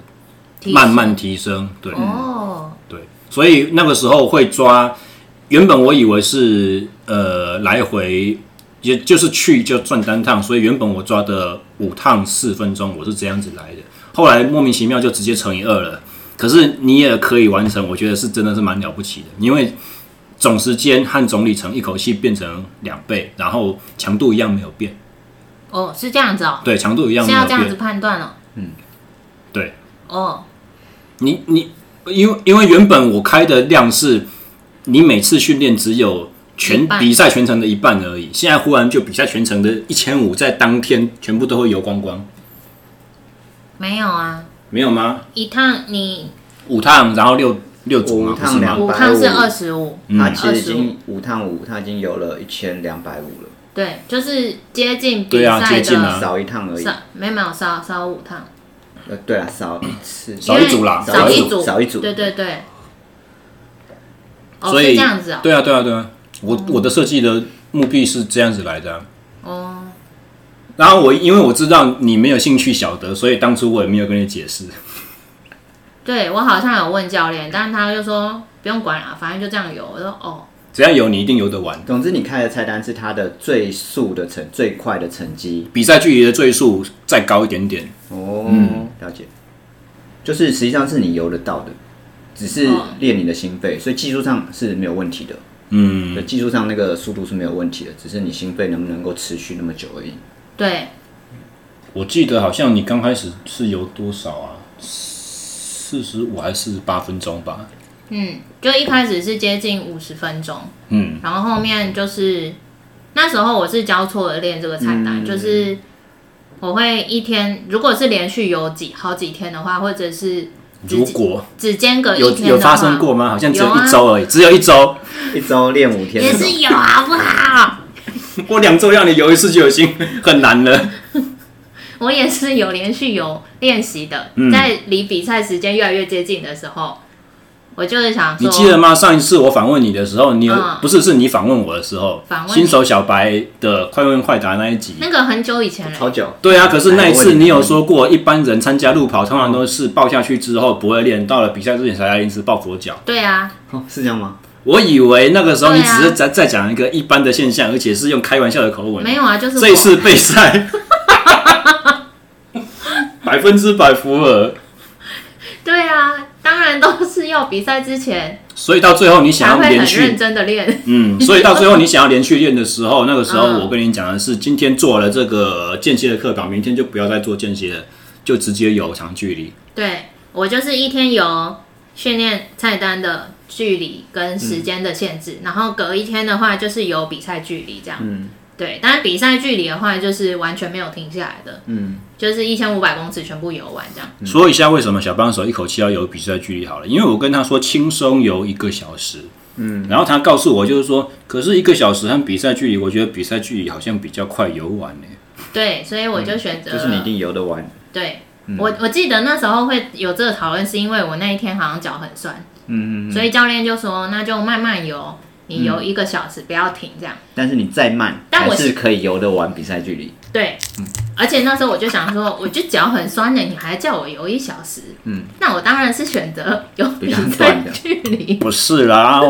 C: 提
A: 慢慢提升。对，
C: 哦，
A: 对，所以那个时候会抓，原本我以为是呃来回，也就是去就转单趟，所以原本我抓的五趟四分钟，我是这样子来的。后来莫名其妙就直接乘以二了，可是你也可以完成，我觉得是真的是蛮了不起的，因为总时间和总里程一口气变成两倍，然后强度一样没有变，
C: 哦，是这样子哦，
A: 对，强度一样
C: 是
A: 没有
C: 要这样
A: 变
C: 子，判断哦。
A: 嗯对，
C: 哦，
A: 你你，因为因为原本我开的量是，你每次训练只有
C: 一
A: 全
C: 半
A: 比赛全程的一半而已，现在忽然就比赛全程的一千五，在当天全部都会游光光，
C: 没有啊，
A: 没有吗？
C: 一趟你
A: 五趟，然后六六组吗？
B: 五
A: 不
B: 趟
A: 是
B: 两
A: 吗？
C: 五趟是二十五，
B: 他
A: 嗯，
B: 其实已经五趟五，他已经游了一千两百五了，
C: 对，就是接近比
A: 对啊
C: 赛
A: 接近啊
C: 的
B: 少一趟而已。
C: 少，没有没有少少五趟，
B: 呃，对啊，少一次，
A: 少一组啦
C: 因为少
B: 少一组
C: 组，
B: 少一组
C: 对对对。哦，
A: 所
C: 是
A: 以
C: 这样子哦，
A: 对啊对啊对啊，我我的设计的目的是这样子来的啊、
C: 哦，
A: 然后我因为我知道你没有兴趣晓得，所以当初我也没有跟你解释。
C: 对我好像有问教练，但是他就说不用管了，反正就这样游。我说哦，
A: 只要有你一定游得完。
B: 总之，你开的菜单是他的最速的成最快的成绩
A: 比赛距离的最数再高一点点，
B: 哦。了解，就是实际上是你游得到的，只是
C: 哦
B: 练你的心肺，所以技术上是没有问题的。
A: 嗯，
B: 对技术上那个速度是没有问题的，只是你心肺能不能够持续那么久而已。
C: 对，
A: 我记得好像你刚开始是游多少啊？四十五还是四十八分钟吧？
C: 嗯，就一开始是接近五十分钟，
A: 嗯，
C: 然后后面就是那时候我是交错的练这个菜
A: 嗯
C: 单，就是我会一天如果是连续有几好几天的话，或者是
A: 如果
C: 只间隔
A: 有
C: 呃一天
A: 有
C: 的
A: 发
C: 话，
A: 生过吗？好像只有
C: 有啊
A: 一周而已，只有一周。
B: 一周练五天
C: 也
B: 那种，
C: 是有好不好？
A: 我两周让你游一次就已经很难了。
C: 我也是有连续有练习的，
A: 嗯
C: 在离比赛时间越来越接近的时候，我就是想说，
A: 你记得吗？上一次我访问你的时候，你有、
C: 嗯
A: 不是是你访问我的时候
C: 访，问你
A: 新手小白的快问快答那一集。
C: 那个很久以前了，
B: 超久。
A: 对啊，可是那一次你有说过，一般人参加路跑通常都
C: 哦
A: 是抱下去之后不会练，到了比赛之前才来一次抱佛脚。
C: 对啊，
B: 哦，是这样吗？
A: 我以为那个时候你
C: 对
A: 只
C: 啊
A: 是在在讲一个一般的现象，而且是用开玩笑的口吻。
C: 没有啊，就是
A: 这一
C: 我
A: 次备赛， 百分之百符合。
C: 对啊，当然都是要比赛之前
A: 所以到最后你
C: 才
A: 想要
C: 会
A: 连
C: 很认
A: 续，
C: 真的练，
A: 嗯，所以到最后你想要连续练的时候，那个时候
C: 嗯
A: 我跟你讲的是，今天做了这个间歇的课表，明天就不要再做间歇了，就直接有长距离。
C: 对我就是一天有训练菜单的距离跟时间的限制，然后隔一天的话就是有比赛距离这样，
B: 嗯
C: 对，但是比赛距离的话就是完全没有停下来的，
B: 嗯，
C: 就是一千五百公尺全部游完这样。
A: 说一下为什么小帮手一口气要游比赛距离好了，因为我跟他说轻松游一个小时，嗯，然后他告诉我就是说，可是一个小时和比赛距离，我觉得比赛距离好像比较快游完呢、
C: 对，啊所以我就选择、
B: 嗯就是你一嗯定游得完。
C: 对。我我记得那时候会有这个讨论，是因为我那一天好像脚很酸，
B: 嗯嗯。
C: 所以教练就说那就慢慢游，你游一个小时不要停这样。
B: 但是你再慢，
C: 但
B: 还
C: 我
B: 是可以游得完比赛距离。
C: 对，
B: 嗯
C: 而且那时候我就想说，我就脚很酸的，你还叫我游一小时，
B: 嗯，
C: 那我当然是选择游
B: 比
C: 比
B: 较
C: 赛
B: 短的
C: 距离。
A: 不是啦，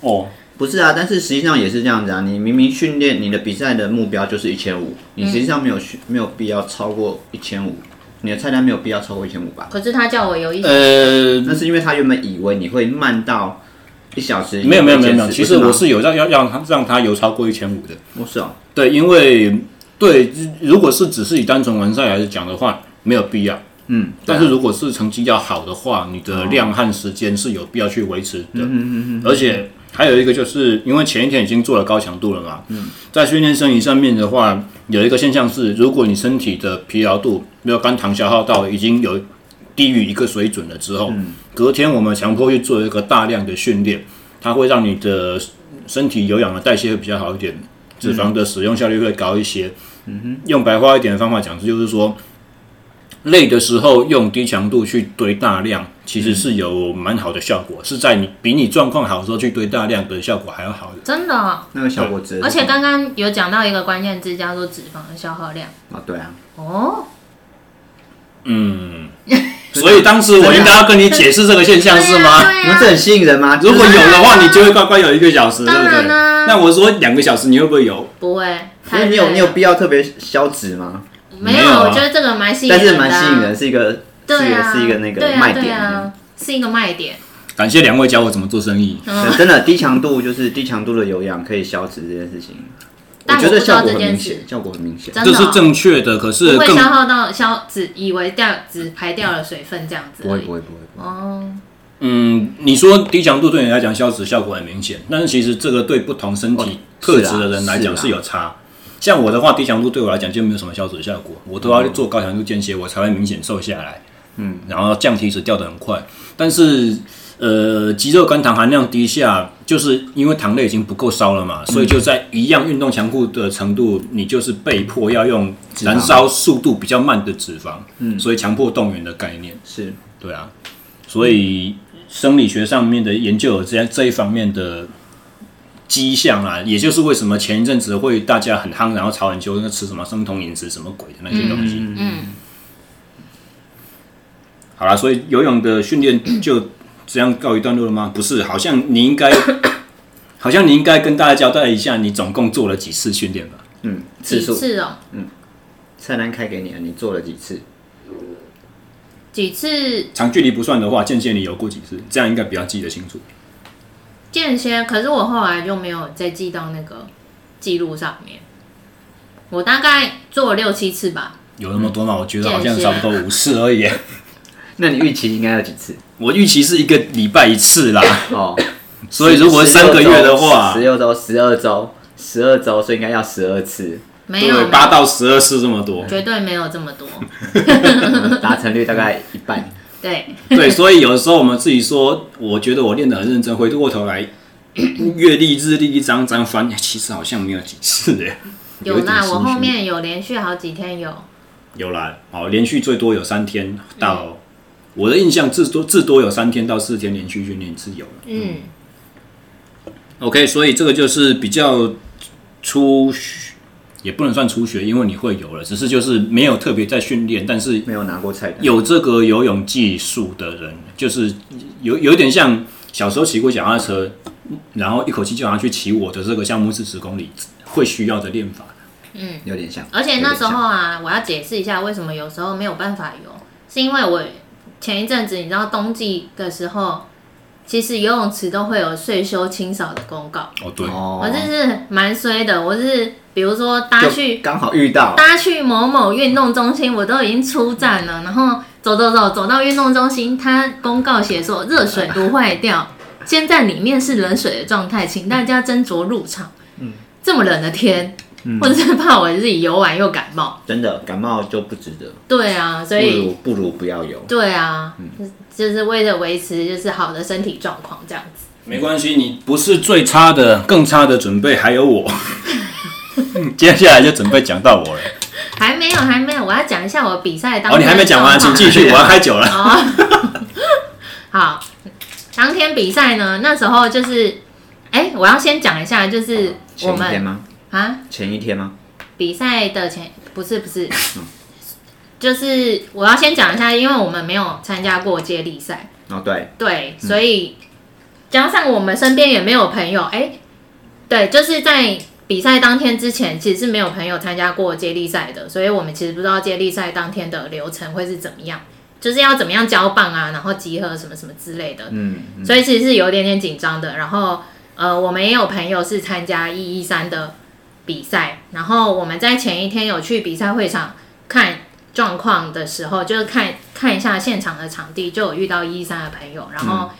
A: 哦，
B: 不是啊，但是实际上也是这样子啊。你明明训练你的比赛的目标就是一千五，你实际上没有训、没有必要超过一千五，你的菜单没有必要超过一千五吧？
C: 可是他叫我游一，
A: 呃，
B: 那是因为他原本以为你会慢到一小时，
A: 没有没有没有没有，
B: 不
A: 其实我
B: 吗
A: 是有让要让他让他游超过一千五的。
B: 我是哦，
A: 对，因为对，如果是只是以单纯完赛来讲的话，没有必要。
B: 嗯，
A: 但是如果是成绩要好的话，你的量和时间是有必要去维持的。
B: 嗯嗯嗯
A: 而且还有一个就是因为前一天已经做了高强度了嘛，嗯，在训练生理上面的话，有一个现象是，如果你身体的疲劳度，没有肝糖消耗到已经有低于一个水准了之后，
B: 嗯
A: 隔天我们强迫去做一个大量的训练，它会让你的身体有氧的代谢会比较好一点，脂
C: 嗯
A: 肪的使用效率会高一些。嗯哼，用白话一点的方法讲，就是说。累的时候用低强度去堆大量，其
C: 嗯
A: 实是有蛮好的效果，是在你比你状况好的时候去堆大量的效果还要好的。
C: 真的哦、
B: 那个效果值，
C: 而且刚刚有讲到一个关键字，叫做脂肪的消耗量。
B: 哦对啊，
C: 哦，
A: 嗯，所以当时我应该要跟你解释这个现象是吗？
C: 对啊
B: 你们这
C: 对啊
B: 很吸引人吗？
A: 如果
B: 就
A: 有
B: 是
A: 的话，你就会乖乖有一个小时，对
C: 当
A: 不
C: 然啊
A: 对？
C: 啦
A: 那我说两个小时，你会不会有？
C: 不会，
B: 所哎以你有你有必要特别消脂吗？
C: 没
A: 没有啊
C: 我觉得这个蛮吸引
B: 但
C: 人的、
B: 是
C: 啊，
B: 蛮吸引人，是一个是一
C: 对
B: 个
C: 啊，
B: 是一个那个
C: 对啊
B: 卖
C: 对
B: 点。
C: 啊，是一个卖点。
A: 感谢两位教我怎么做生意。
C: 嗯，
B: 真的低强度就是低强度的有氧可以消脂这件事情，我
C: 但
B: 觉
C: 不
B: 得
C: 知道
B: 效果
C: 这
B: 很
C: 件
B: 明
C: 事
B: 显，效果很明显。
C: 真
A: 这
C: 的
A: 是
C: 哦、
A: 正确的，可是
C: 不会
A: 更
C: 消耗到消只以为掉只排掉了水分这样子
B: 不
C: 而
B: 会
C: 已。
B: 不会不会不会，
C: 哦，
A: 嗯，你说低强度对你来讲消脂效果很明显，但是其实这个对不同身体特质的人来讲
B: 是啊
A: 是有差。像我的话，低强度对我来讲就没有什么消脂效果，我都要做高强度间歇，我才会明显瘦下来。嗯，然后降体脂掉得很快，但是呃，肌肉肝糖含量低下，就是因为糖类已经不够烧了嘛，所以就在一样运动强度的程度，你就是被迫要用
B: 肪
A: 燃烧速度比较慢的脂肪，嗯，所以强迫动员的概念。
B: 是
A: 对啊，所以生理学上面的研究有这这一方面的迹象啦，也就是为什么前一阵子会大家很夯，然后吵很久，那吃什么生酮饮食什么鬼的那些东西。
C: 嗯，
A: 好啦，所以游泳的训练就这样告一段落了吗？不是，好像你应该， 好像你应该跟大家交代一下，你总共做了几次训练吧？
B: 嗯次
C: 几
B: 数
C: 次哦、
B: 菜单开给你了，你做了几次？
C: 几次
A: 长距离不算的话，间歇你游过几次？这样应该比较记得清楚。
C: 间歇，可是我后来就没有再记到那个记录上面。我大概做了六七次吧，
A: 有那么多吗？我觉得好像
C: 间歇
A: 差不多五次而已。
B: 那你预期应该有几次？
A: 我预期是一个礼拜一次啦。
B: 哦，
A: 所以如果三个月的话
B: 十，六周、十二周、十二周，所以应该要十二 次，
C: 没有，
A: 对，
C: 没
A: 八
C: 有。
A: 到十二次这么多
C: 绝对没有这么多。
B: 达成率大概一半。
C: 对，
A: 对，所以有的时候我们自己说，我觉得我练得很认真，回过头 来月历、日历一张张翻，其实好像没有几次哎。
C: 有
B: 有一点
C: 啦，
B: 心
C: 我后
B: 虚
C: 面有连续好几天有，
A: 有啦，好，连续最多有三天到，我的印象至多至多有三天到四天连续训练是有的。
D: 嗯，
A: OK，所以这个就是比较初学，也不能算初学，因为你会游了，只是就是没有特别在训练，但是
B: 没有拿过菜单，
A: 有这个游泳技术的人，就是有有点像小时候骑过脚踏车，然后一口气就想去骑我的这个项目是十公里，会需要的练法。
B: 有点像。
C: 而且那时候
B: 有点
C: 啊，我要解释一下为什么有时候没有办法游，是因为我前一阵子你知道冬季的时候，其实游泳池都会有税收清扫的公告，
A: 哦，对
B: 像哦，
C: 我真是蛮衰的，我是比如说搭
B: 就
C: 去
B: 刚好遇到，
C: 搭去某某运动中心，我都已经出站了，然后走走走走到运动中心，它公告写说热水炉坏掉，现在里面是冷水的状态，请大家斟酌入场。
A: 嗯
C: 这么冷的天，我真的怕我自己游完又感冒。
B: 真的感冒就不值得，
C: 对啊，所
B: 不
C: 以
B: 如不如不要游。
C: 对啊，
A: 嗯
C: 就是为了维持就是好的身体状况这样子。
A: 没关系，你不是最差的，更差的准备还有 我。接下来就准备讲到我了。
C: 还没有，还没有，我要讲一下我比赛当
A: 哦，
C: 天
A: 你还没讲完，
C: 的状
A: 请
C: 况
A: 继续，我要开酒 了。
C: 哦，好，当天比赛呢，那时候就是，哎、我要先讲一下，就是我
B: 前一
C: 们
B: 天吗？
C: 啊，
B: 前一天吗？
C: 比赛的前不是不是，就是我要先讲一下，因为我们没有参加过接力赛，
B: 哦，对，
C: 对，所以、加上我们身边也没有朋友，哎、对，就是在比赛当天之前，其实是没有朋友参加过接力赛的，所以我们其实不知道接力赛当天的流程会是怎么样，就是要怎么样交棒啊，然后集合什么什么之类的。
B: 嗯，
C: 所以其实是有一点点紧张的。然后呃，我们也有朋友是参加一一三的比赛，然后我们在前一天有去比赛会场看状况的时候，就是看看一下现场的场地，就有遇到一一三的朋友，然后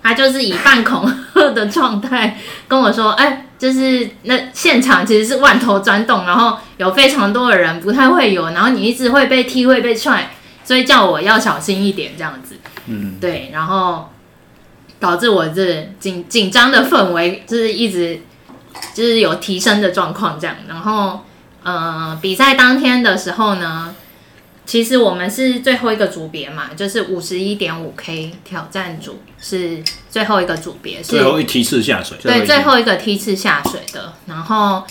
C: 他就是以半恐吓的状态跟我说，哎。就是那现场其实是万头钻动，然后有非常多的人不太会游，然后你一直会被踢会被踹，所以叫我要小心一点这样子。嗯，对，然后导致我这紧紧张的氛围就是一直就是有提升的状况这样。然后呃，比赛当天的时候呢，其实我们是最后一个组别嘛，就是五十一点五 K 挑战组是最后一个组别，是
A: 最后一梯次下水，
C: 对，
B: 最
C: 最
B: 后
C: 后一个梯次下水的，然后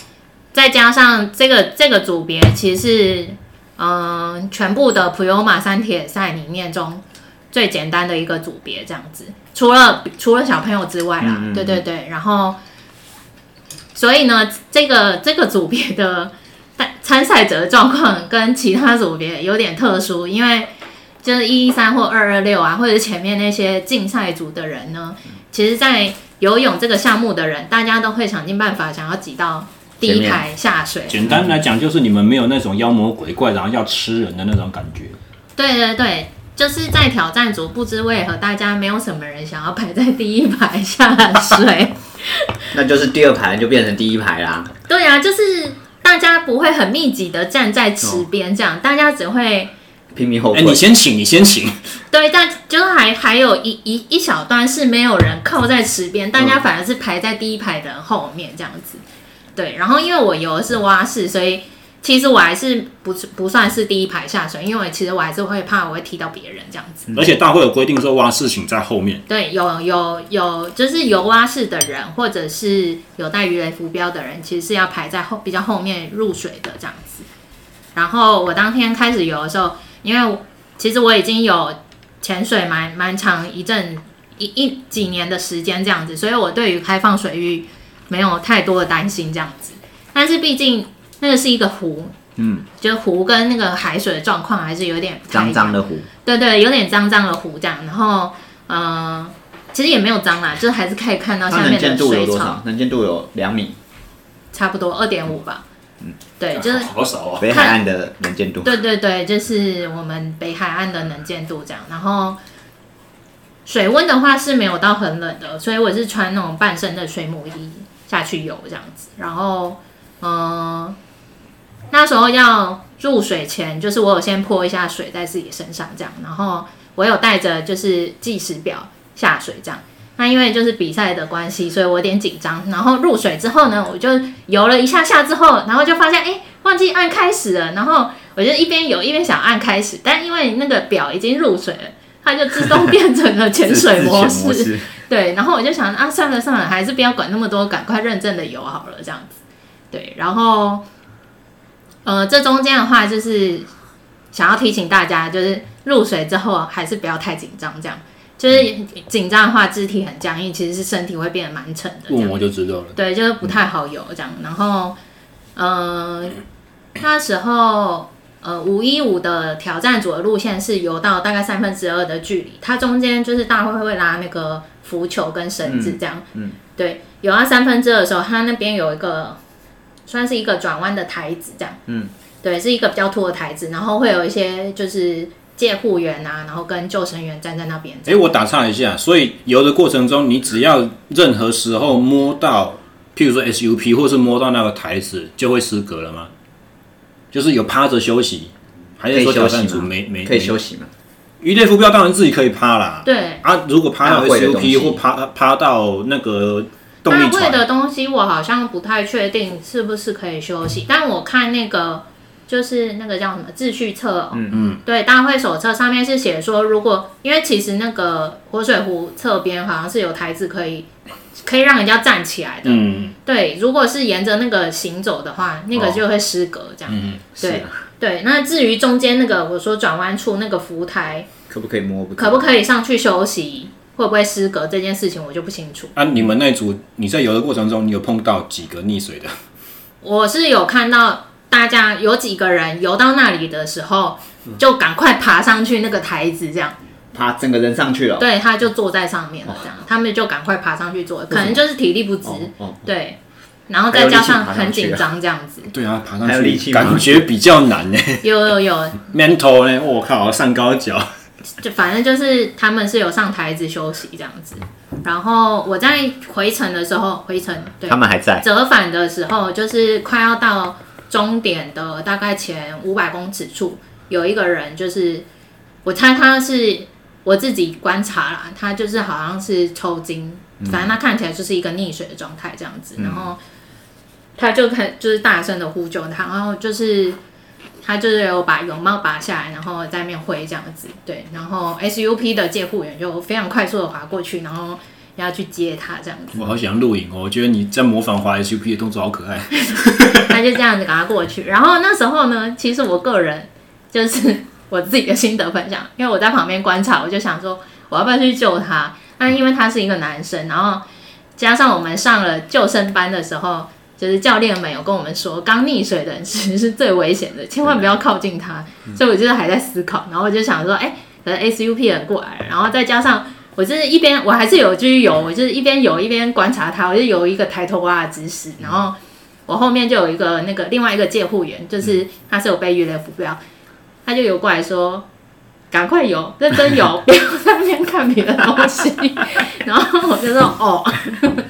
C: 再加上这个这个组别其实是嗯、呃全部的普悠马三铁赛里面中最简单的一个组别，这样子，除了除了小朋友之外啦，
B: 嗯嗯嗯
C: 对对对，然后所以呢，这个这个组别的 但参赛者的状况跟其他组别有点特殊，因为就是一一三或二二六啊，或者是前面那些竞赛组的人呢，其实，在游泳这个项目的人，大家都会想尽办法想要挤到第
B: 前
C: 一
B: 面
C: 排下水。
A: 简单来讲，就是你们没有那种妖魔鬼怪，然后要吃人的那种感觉。
C: 对对对，就是在挑战组，不知为何大家没有什么人想要排在第一排下 水。
B: 那就是第二排就变成第一排啦。
C: 对啊，就是大家不会很密集的站在池边这样，大家只会
B: 拼命后
A: 哎、
B: 悔，
A: 你先请，你先请。
C: 对，但就是还还有一一一小段是没有人靠在池边，大家反而是排在第一排的人后面这样子。对，然后因为我游的是蛙式，所以其实我还是不是不算是第一排下水，因为其实我还是会怕我会踢到别人这样子。
A: 而且大会有规定说蛙式请在后面，
C: 对，有有有，就是游蛙式的人，或者是有带鱼雷浮标的人，其实是要排在后比较后面入水的这样子。然后我当天开始游的时候，因为其实我已经有潜水蛮蛮长一阵一一几年的时间这样子，所以我对于开放水域没有太多的担心这样子。但是毕竟那个是一个湖，
B: 嗯，
C: 就是湖跟那个海水的状况还是有点不太一
B: 脏
C: 样
B: 脏的湖，
C: 对对，有点脏脏的湖这样，然后呃，其实也没有脏啦，就是还是可以看到
B: 它
C: 下
B: 能
C: 面
B: 见
C: 的
B: 度
C: 水
B: 有多
C: 草，
B: 少？能见度有两米，
C: 差不多二点五吧。
B: 嗯
C: 对，哎就是
A: 好少啊。
B: 北海岸的能见度。
C: 对对对，就是我们北海岸的能见度这样。然后嗯水温的话是没有到很冷的，所以我是穿那种半身的水母衣下去游这样子。然后，嗯、那时候要入水前，就是我有先泼一下水在自己身上这样，然后我有带着就是计时表下水这样。那因为就是比赛的关系，所以我有点紧张。然后入水之后呢，我就游了一下下之后，然后就发现哎、诶忘记按开始了。然后我就一边游一边想按开始，但因为那个表已经入水了，它就自动变成了潜
B: 自
C: 水模
B: 自选模
C: 式。
B: 式，
C: 对，然后我就想啊，算了算了，还是不要管那么多，赶快认真的游好了，这样子。对，然后，呃，这中间的话就是想要提醒大家，就是入水之后还是不要太紧张，这样。就是紧张的话，肢体很僵硬，其实是身体会变得蛮沉的。这样
A: 问。嗯我就知道了。
C: 对，就是不太好游这样。然后，呃，那时候呃五一五的挑战组的路线是游到大概三分之二的距离，它中间就是大会会拉那个浮球跟绳子这样。
B: 嗯嗯
C: 对，游到三分之二的时候，它那边有一个算是一个转弯的台子这样。
B: 嗯，
C: 对，是一个比较凸的台子，然后会有一些就是借护员啊，然后跟救生员站在那边。
A: 哎、我打岔一下，所以游的过程中，你只要任何时候摸到，譬如说 SUP 或是摸到那个台子，就会失格了吗？就是有趴着休息，还是说挑战组没没
B: 可以休
A: 息？
B: 息嘛？
A: 鱼类浮标当然自己可以趴啦。
C: 对，
A: 啊，如果趴到
B: 大会的
A: SUP
B: 东西
A: 或趴趴到那个动
C: 大
A: 力
C: 会
A: 船，
C: 的东西我好像不太确定是不是可以休息，但我看那个就是那个叫什么秩序册、哦，
B: 嗯
A: 嗯，
C: 对，大会手册上面是写说，如果因为其实那个活水湖侧边好像是有台子可以可以让人家站起来的，
A: 嗯，
C: 对，如果是沿着那个行走的话，那个就会失格这样，
A: 嗯
C: 对
B: 是啊，
C: 对。那至于中间那个我说转弯处那个浮台，
B: 可不可以摸？不
C: 可不可以上去休息，会不会失格这件事情我就不清楚。
A: 啊，你们那组你在游的过程中，你有碰到几个溺水的？
C: 我是有看到大家有几个人游到那里的时候，就赶快爬上去那个台子，这样，
B: 爬整个人上去了。
C: 对，他就坐在上面了，这样，他们就赶快爬上去坐，可能就是体力不支，
B: 哦哦，
C: 对，然后
B: 还
C: 再
B: 有力
C: 加
B: 气
C: 上
B: 爬上
C: 很
B: 去
C: 紧
B: 啊
C: 张这样子，
A: 对啊，爬上
B: 还有力
A: 去
B: 气吗
A: 感觉比较难呢。
C: 有有有，
A: mental 呢，我靠，上高脚。
C: 就反正就是他们是有上台子休息这样子。然后我在回程的时候，回程对
B: 他们还在，
C: 折返的时候，就是快要到终点的大概前五百公尺处，有一个人就是我猜他是我自己观察啦，他就是好像是抽筋，反正他看起来就是一个溺水的状态这样子，然后他就看就是大声的呼救他，然后就是。他就是有把泳帽拔下来，然后在面挥这样子，对，然后 SUP 的借护员就非常快速的划过去，然后要去接他这样子。
A: 我好想录影哦，我觉得你在模仿滑 SUP 的动作好可爱。
C: 他就这样子赶他过去。然后那时候呢，其实我个人就是 我自己的心得分享，因为我在旁边观察，我就想说我要不要去救他？那因为他是一个男生，然后加上我们上了救生班的时候，就是教练们有跟我们说，刚溺水的人其实是最危险的，千万不要靠近他。
A: 嗯
C: 所以我就是还在思考，然后我就想说，哎、可能 SUP 人过来，然后再加上。我就是一边，我还是有继续游，我就是一边游一边观察他，我就游一个抬头蛙的姿势，
A: 嗯
C: 然后我后面就有一个那个另外一个借护员，
A: 嗯
C: 就是他是有被鱼雷浮标，他就游过来说：“赶快游，认 真游，不要在那边看别的东西。” 然后我就说：“哦。”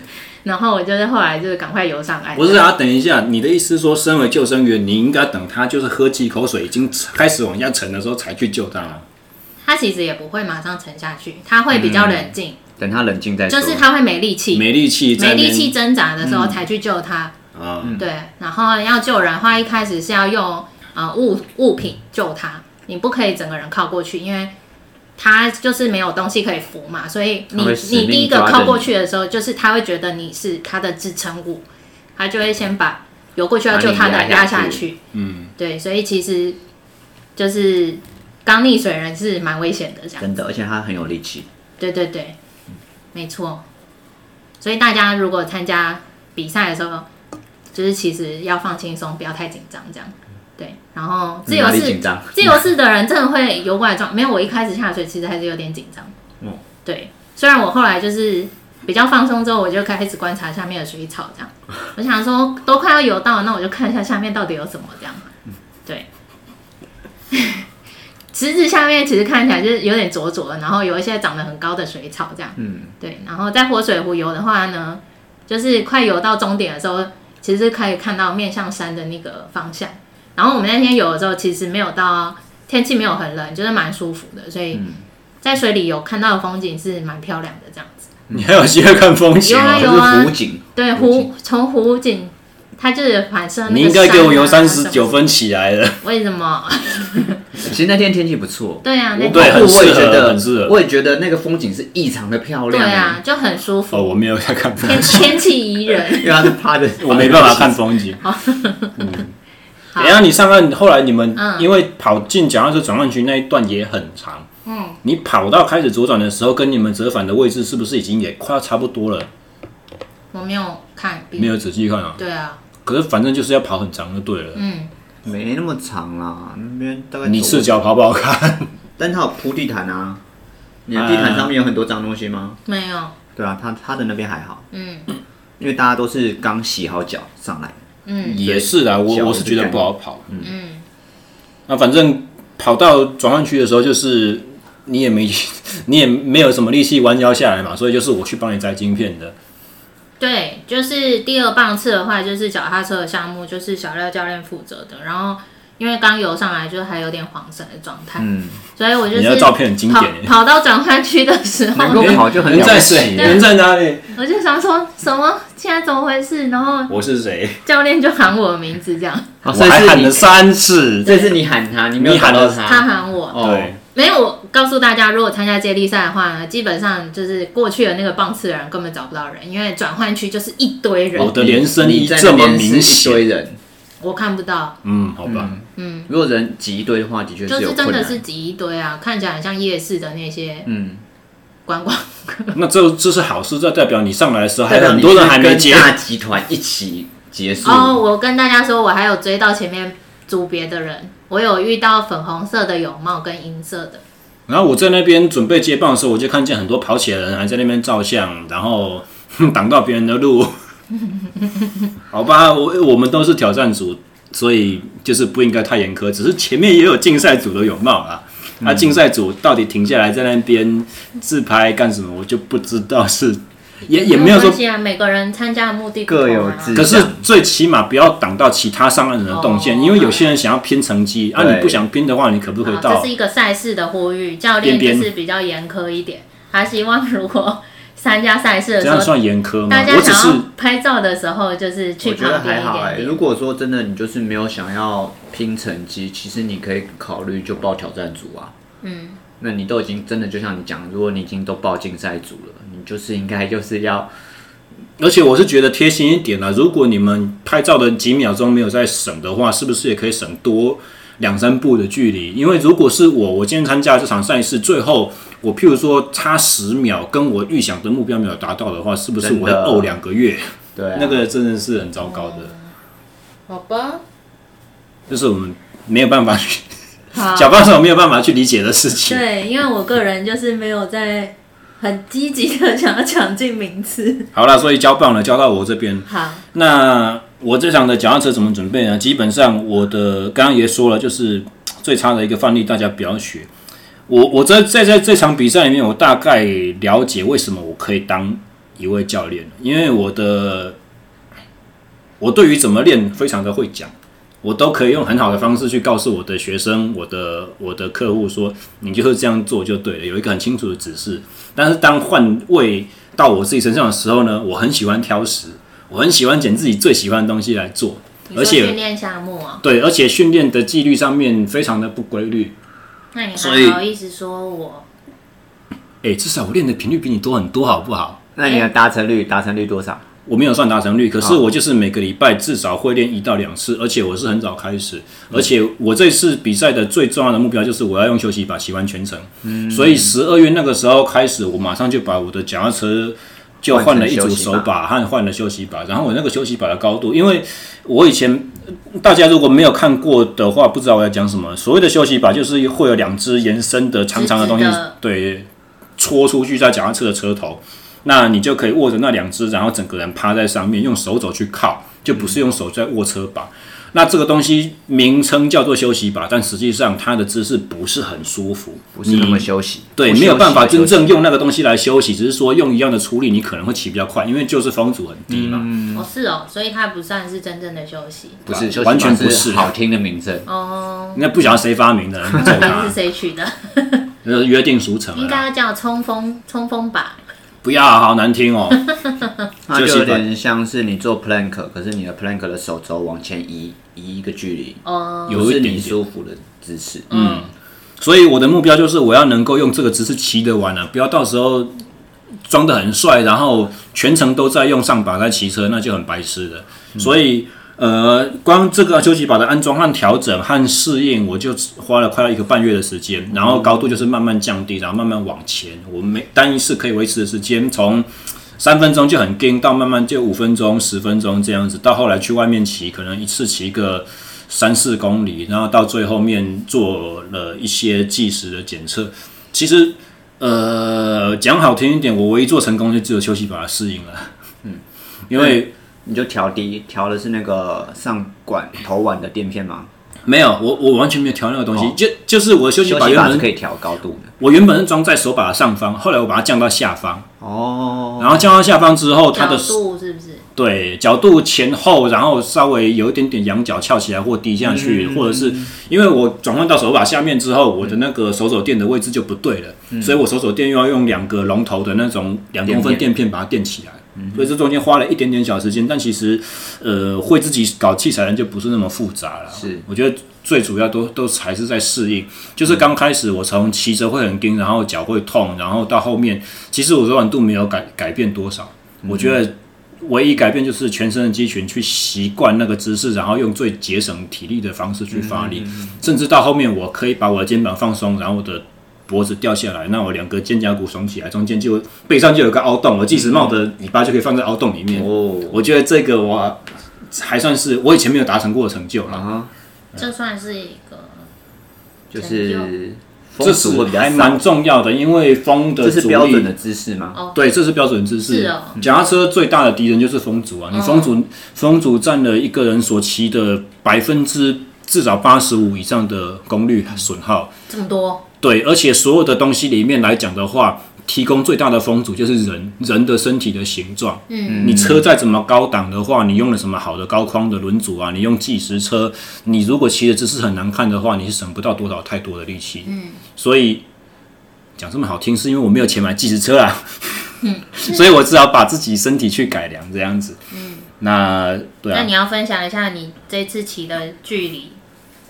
C: 然后我就是后来就是赶快游上岸。
A: 不是啊，等一下，你的意思是说，身为救生员，你应该等他就是喝几口水，已经开始往下沉的时候才去救他吗？
C: 他其实也不会马上沉下去，他会比
A: 嗯
C: 较冷静，
B: 等他冷静再说。
C: 就是他会没力气，
A: 没力气在
C: 没
A: 那边，
C: 力气挣扎的时
B: 嗯
C: 候才去救他。
A: 啊，
C: 对，然后要救人的话，一开始是要用呃物物品救他，你不可以整个人靠过去，因为他就是没有东西可以扶嘛，所以你
B: 他会死
C: 你
B: 命
C: 第一个
B: 抓着
C: 靠
B: 你
C: 过去的时候，就是他会觉得你是他的支撑物，他就会先把游过去要救他的
B: 把
C: 人
B: 你压
C: 压
B: 下去
C: 下去。
A: 嗯，
C: 对，所以其实就是刚溺水人是蛮危险的，这样。
B: 真的，而且他很有力气。
C: 对对对，没错。所以大家如果参加比赛的时候，就是其实要放轻松，不要太紧张，这样。对，然后自由
B: 嗯哪里
C: 式
B: 紧张
C: 自由式的人真的会游过来撞，没有我一开始下水其实还是有点紧张。
B: 嗯，
C: 对，虽然我后来就是比较放松之后，我就开始观察下面的水草， 这样。我想说都快要游到了，那我就看一下下面到底有什么这样。
B: 嗯
C: 对。 池子下面其实看起来就是有点浊浊的，然后有一些长得很高的水草这样。
B: 嗯，
C: 对，然后在活水湖游的话呢，就是快游到终点的时候，其实可以看到面向山的那个方向。然后我们那天游的时候，其实没有到天气没有很冷，就是蛮舒服的，所以
A: 嗯
C: 在水里有看到的风景是蛮漂亮的这样子。
A: 你还有机会看风景
C: 有啊
A: 哦。
C: 有啊
B: 这是湖景，
C: 对，湖从湖景，它就是反射那个
A: 你应该给我游
C: 山啊
A: 三十九，分起来了，
C: 什么为什么？
B: 其实那天天气不错。
C: 对啊，那
B: 我
A: 对很适合
B: 我也觉
A: 很适合
B: 得，我也觉得那个风景是异常的漂
C: 对
B: 亮。
C: 啊，，就很舒服，
A: 哦，我没有在看风
C: 天
A: 景，
C: 天气宜人。
B: 因为他是趴着，
A: 我没办法看。风景。嗯
C: 好
A: 然，后你上岸，后来你们
C: 嗯
A: 因为跑进脚踏车转换区那一段也很长，
C: 嗯，
A: 你跑到开始左转的时候，跟你们折返的位置是不是已经也快要差不多了？
C: 我没有看，
A: 没有仔细看啊，
C: 对啊，
A: 可是反正就是要跑很长就对了。
C: 嗯，
B: 没那么长啦，那边大概
A: 你
B: 走
A: 赤脚跑不好看，
B: 但它有铺地毯啊，你的地毯上面有很多脏东西吗？
C: 没有，
B: 对啊，它它的那边还好，
C: 嗯
B: 因为大家都是刚洗好脚上来。
C: 嗯。
A: 也是啊，我
B: 脚
A: 我是觉得
B: 感
A: 不好跑。
C: 嗯，
A: 那反正跑到转换区的时候，就是你也没 你也没有什么力气弯腰下来嘛，所以就是我去帮你摘晶片的。
C: 对，就是第二棒次的话，就是脚踏车的项目，就是小廖教练负责的。然后因为刚游上来，就还有点晃神的状态，
B: 嗯，
C: 所以我就是
A: 你的照片很经典耶
C: 跑跑到转换区的时候
B: 能，够跑哎就很
A: 人
B: 了
A: 在
B: 不起
A: 谁？
B: 耶。
A: 人在哪里？
C: 我就想说什么现在怎么回事，然后
A: 我是谁？
C: 教练就喊我的名字，这样
B: 哦，
A: 我
B: 所以
A: 还
B: 是
A: 喊了
B: 你，
A: 三次。
B: 这是你喊他，你没有
A: 你喊
B: 喊到
A: 了
C: 他喊我。
B: 哦
A: 对，
C: 没有，我告诉大家，如果参加接力赛的话呢，基本上就是过去的那个棒次的人根本找不到人，因为转换区就是一堆人，
A: 我的连声
B: 你
A: 音
B: 在
A: 这么
B: 那边
A: 明
B: 是一
A: 显。
B: 堆人，
C: 我看不到。
A: 嗯，好吧，
B: 如果人挤一堆的话，的确
C: 就是
B: 有
C: 是
B: 困
C: 真的
B: 难。
C: 是挤一堆啊，看起来很像夜市的那些
B: 嗯，
C: 观光。
A: 那这这是好事，这代表你上来的时候还
B: 代
A: 有
B: 表
A: 很
B: 啊你
A: 多人还
B: 是
A: 没
B: 跟
A: 接。
B: 大集团一起结束。
C: 哦，我跟大家说，我还有追到前面组别的人，我有遇到粉红色的泳帽跟银色的，
A: 然后我在那边准备接棒的时候，我就看见很多跑起来的人还在那边照相，然后 哼挡到别人的路。 好吧，我我们都是挑战组，所以就是不应该太严苛。只是前面也有竞赛组的泳帽啊，
B: 嗯
A: 那、竞赛组到底停下来在那边自拍干什么，我就不知道是也也没有说
C: 关系啊，每个人参加的目的不
B: 各有
C: 同啊。
B: 志
A: 可是最起码不要挡到其他上岸人的动线，
C: 哦
A: 因为有些人想要拼成绩，啊，
B: 对
A: 你不想拼的话，你可不可以
C: 好这
A: 到
C: 是？一个赛事的呼吁，教练
A: 边
C: 就
A: 边
C: 是比较严苛一点，他希望如果参加赛事的
A: 这
C: 时
A: 样
C: 候，
A: 算严苛吗
C: 大？家
A: 我只是
C: 想要拍照的时候，就是去
B: 我觉得
C: 旁边
B: 还
C: 一
B: 好哎、
C: 点
B: 如
C: 点。
B: 果说真的你就是没有想要拼成绩，其实你可以考虑就报挑战组啊。
C: 嗯，
B: 那你都已经真的就像你讲，如果你已经都报竞赛组了，你就是应该就是要
A: 而且我是觉得贴心一点啊，如果你们拍照的几秒钟没有在省的话，是不是也可以省多两三步的距离？因为如果是我，我今天参加这场赛事，最后我譬如说差十秒，跟我预想的目标没有达到的话，是不是我会
B: 真的
A: 呕两个月？
B: 对、啊、
A: 那个真的是很糟糕的，
D: 好吧，
A: 就是我们没有办法去，
C: 好，
A: 小帮手没有办法去理解的事情。
C: 对，因为我个人就是没有在很积极的想要抢进名次。
A: 好啦，所以交棒了，交到我这边。
C: 好，
A: 那我这场的脚踏车怎么准备呢？基本上我的刚刚也说了，就是嘖最差的一个范例，大家不要学。我我在在在这场比赛里面，我大概了解为什么我可以当一位教练，因为我的我对于怎么练非常的会讲，我都可以用很好的方式去告诉我的学生、我的我的客户说，你就是这样做就对了，有一个很清楚的指示。但是当换位到我自己身上的时候呢，我很喜欢挑食，我很喜欢捡自己最喜欢的东西来做，
C: 你
A: 而
C: 说训
A: 且
C: 练项目哦，
A: 对，而且训练的纪律上面非常的不规律。
C: 那你
A: 所
C: 还
A: 以
C: 好意思说我？
A: 诶，至少我练的频率比你多很多，好不好？
B: 那你的达成率达成率多少？
A: 我没有算达成率，可是
C: 啊
B: 好
A: 我就是每个礼拜至少会练一到两次，而且我是很早开始，
C: 嗯
A: 而且我这次比赛的最重要的目标就是我要用休息法骑完全程。
C: 嗯
A: 所以十二月那个时候开始，我马上就把我的脚踏车就换了一组手把和换了休息把，然后我那个休息把的高度，因为我以前大家如果没有看过的话，不知道我在讲什么。所谓的休息把就是会有两只延伸的长长的东西
C: 直直的，
A: 对，戳出去在脚踏车的车头。那你就可以握着那两只，然后整个人趴在上面，用手肘去靠，就不是用手在握车把。那这个东西名称叫做休息把，但实际上它的姿势不是很舒服，
B: 不是那么
A: 你
B: 休息，
A: 对，
B: 不
A: 没
B: 休息
A: 有办法
B: 的休
A: 真
B: 息
A: 正用那个东西来休息，只是说用一样的处理，你可能会骑比较快，因为就是风阻很低嘛。
B: 嗯
C: 哦，是哦，所以它不算是真正的休息。
B: 啊不是休息，
A: 完全不是
B: 好听的名 称。
C: 哦，
A: 那不晓得谁发明的，你揍他
C: 是，谁取的？
A: 啊那是约定俗成
C: 应
A: 了啦。
C: 该要叫冲锋冲锋吧。
A: 不要，好难听哦。
B: 它就
A: 休息
B: 有
A: 吧
B: 点像是你做 plank，可是你的 plank 的手肘往前移移一个距离，
C: 哦，
A: 有
B: 不
A: 一
B: 是
A: 点
B: 你
A: 点
B: 舒服的姿势。
C: 嗯，
A: 所以我的目标就是我要能够用这个姿势骑得完啊，不要到时候装得很帅，然后全程都在用上把在骑车，那就很白痴的。所以呃，光这个休息把的安装和调整和适应，我就花了快要一个半月的时间。然后高度就是慢慢降低，然后慢慢往前。我每单一次可以维持的时间从。三分钟就很硬，到慢慢就五分钟、十分钟这样子，到后来去外面骑，可能一次骑个三四公里，然后到最后面做了一些计时的检测。其实，呃，讲好听一点，我唯一做成功就只有休息把它适应了。嗯， 因为
B: 你就调低，调的是那个上管头碗的垫片吗？
A: 没有我，我完全没有调那个东西，
B: 哦
A: 就就是我的休息
B: 休
A: 把
B: 息
A: 原
B: 法是可
A: 本
B: 以调高度的。
A: 我原本是装在手把的上方，后来我把它降到下方，
B: 哦，
A: 然后降到下方之后，它
C: 角
A: 的
C: 度是不是？
A: 对，角度前后，然后稍微有一点点仰角翘起来或低下去，或者是因为我转换到手把下面之后，我的那个手肘垫的位置就不对了，所以我手肘垫又要用两个龙头的那种两公分
B: 垫
A: 垫片把它垫起来。所以这中间花了一点点小时间，但其实，呃，会自己搞器材的人就不是那么复杂了。
B: 是
A: 我觉得最主要都都还是在适应，就是刚开始我从骑着会很硬，然后脚会痛，然后到后面，其实我柔软度没有改改变多少。我觉得唯一改变就是全身的肌群去习惯那个姿势，然后用最节省体力的方式去发
B: 嗯
A: 力，甚至到后面我可以把我的肩膀放松，然后我的脖子掉下来，那我两个肩胛骨耸起来，中间就嗯
B: 嗯
A: 背上就有个凹洞，我即时帽的尾巴就可以放在凹洞里面。
B: 哦，
A: 我觉得这个我还算是我以前没有达成过的成就
B: 啊
A: 啦。
B: 哈，
C: 这算是一个
B: 就是风
A: 这是
B: 俗会比较
A: 还
B: 少
A: 蛮，嗯重要的，因为风的
B: 这是
A: 阻
B: 标准
A: 力
B: 的姿势吗？
C: 哦，
A: 对，这是标准姿势。
C: 是哦哦
A: 脚踏车最大的敌人就是风阻啊！你风阻，风阻占了一个人所骑的百分之至少八十五以上的功率损耗。
C: 这么多，
A: 对，而且所有的东西里面来讲的话，提供最大的风阻就是人，人的身体的形状。
C: 嗯
A: 你车再怎么高档的话，你用了什么好的高框的轮组啊？你用计时车，你如果骑的姿势很难看的话，你是省不到多少太多的力气。嗯，所以讲这么好听，是因为我没有钱买计时车啊。 所以我只好把自己身体去改良这样子。嗯，那对
C: 那
A: 啊
C: 你，要分享一下你这次骑的距离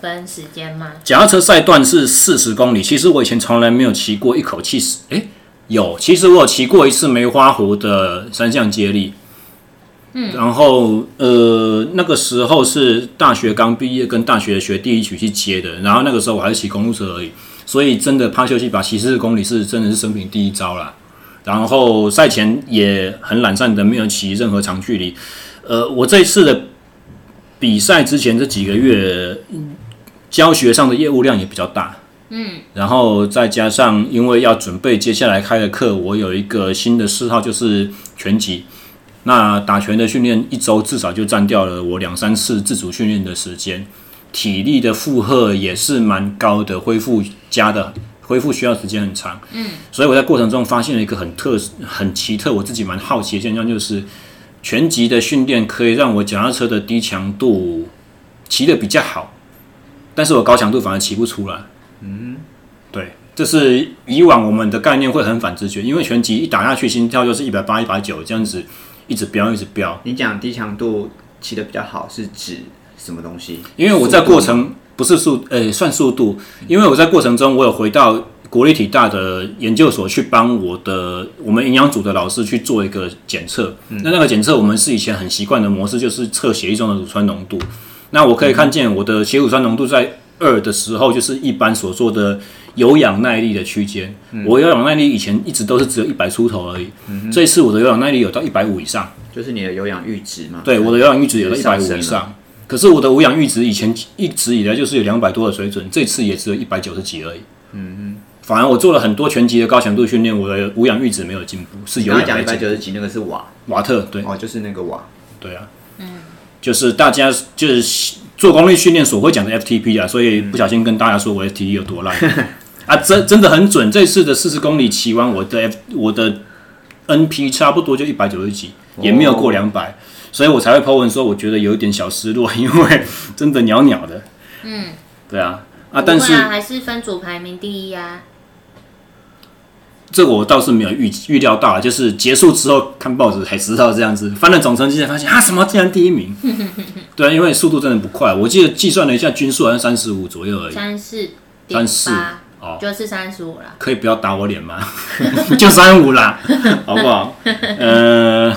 C: 跟时间吗？
A: 脚踏车赛段是四十公里，其实我以前从来没有骑过一口气十，诶、有，其实我有骑过一次梅花湖的三项接力。嗯，然后呃，那个时候是大学刚毕业，跟大学学弟一起去接的。然后那个时候我还是骑公路车而已，所以真的趴休息把骑四十公里是真的是生平第一招啦。然后赛前也很懒散的，没有骑任何长距离。呃，我这一次的比赛之前这几个月，教学上的业务量也比较大，嗯，然后再加上因为要准备接下来开的课，我有一个新的嗜好就是拳击。那打拳的训练一周至少就占掉了我两三次自主训练的时间，体力的负荷也是蛮高的，恢复加的恢复需要时间很长，嗯，所以我在过程中发现了一个很特很奇特，我自己蛮好奇的现象就是。拳击的训练可以让我脚踏车的低强度骑得比较好，但是我高强度反而骑不出来。嗯，对，这是以往我们的概念会很反直觉，因为拳击一打下去，心跳就是一百八、一百九这样子，一直飙，一直飙。
B: 你讲低强度骑得比较好是指什么东西？
A: 因为我在过
B: 速
A: 程不是速，呃，算速度，因为我在过程中，我有回到国立体大的研究所去帮我的我们营养组的老师去做一个检测。那那个检测我们是以前很习惯的模式，就是测血液中的乳酸浓度。那我可以看见我的血乳酸浓度在二的时候，就是一般所说的有氧耐力的区间。我有氧耐力以前一直都是只有一百出头而已，这一次我的有氧耐力有到一百五以上。
B: 度就是你的有氧阈值嘛？
A: 对，我的有氧阈值有到一百
B: 上
A: 五
B: 升了
A: 以上，可是我的无氧阈值以前一直以来就是有两百多的水准，这次也只有一百九十几而已。嗯反而我做了很多拳击的高强度训练，我的无氧阈值没有进步，是
B: 你
A: 有
B: 刚
A: 氧
B: 刚讲一
A: 在
B: 百
A: 进步。
B: 九十几那个是瓦
A: 瓦特，对
B: 哦，就是那个瓦。
A: 对啊，嗯，就是大家就是做功率训练所会讲的 FTP 啊，所以不小心跟大家说我 FTP 有多烂啊，真真的很准。这次的四十公里骑完，我的 F 我的 NP 差不多就一百九十几，也没有过两百、所以我才会 po 文说我觉得有一点小失落，因为真的袅袅的。嗯，对啊，啊，但
C: 不会
A: 是
C: 还是分组排名第一啊呀、
A: 这个我倒是没有预预料到啊，就是结束之后看报纸才知道这样子，翻了总成绩才发现啊，什么竟然第一名？对啊，因为速度真的不快，我记得计算了一下均速好像三十五左右而已。
C: 三四点
A: 34
C: 八
A: 哦，
C: 就是三十五了。
A: 可以不要打我脸吗？ 就三五啦， 好不好？呃，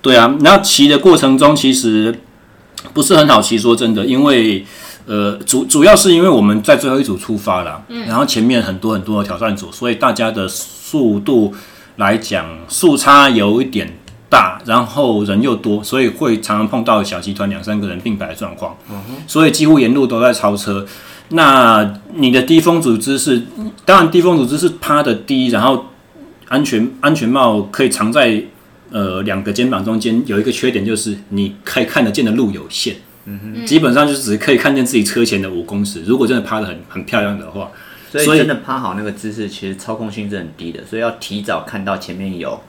A: 对啊，然后骑的过程中其实不是很好骑，说真的，因为呃主主要是因为我们在最后一组出发啦，然后前面很多很多的挑战组，所以大家的速度来讲速差有一点大，然后人又多，所以会常常碰到小集团两三个人并排的状况，所以几乎沿路都在超车。那你的低风阻姿势当然低风阻只是趴的低，然后安全安全帽可以藏在呃两个肩膀中间，有一个缺点就是你可以看得见的路有限，嗯、基本上就只可以看见自己车前的五公尺。如果真的趴的很很漂亮的话，
B: 所以
A: 所以
B: 真的趴好那个姿势，其实操控性是很低的，所以要提早看到前面有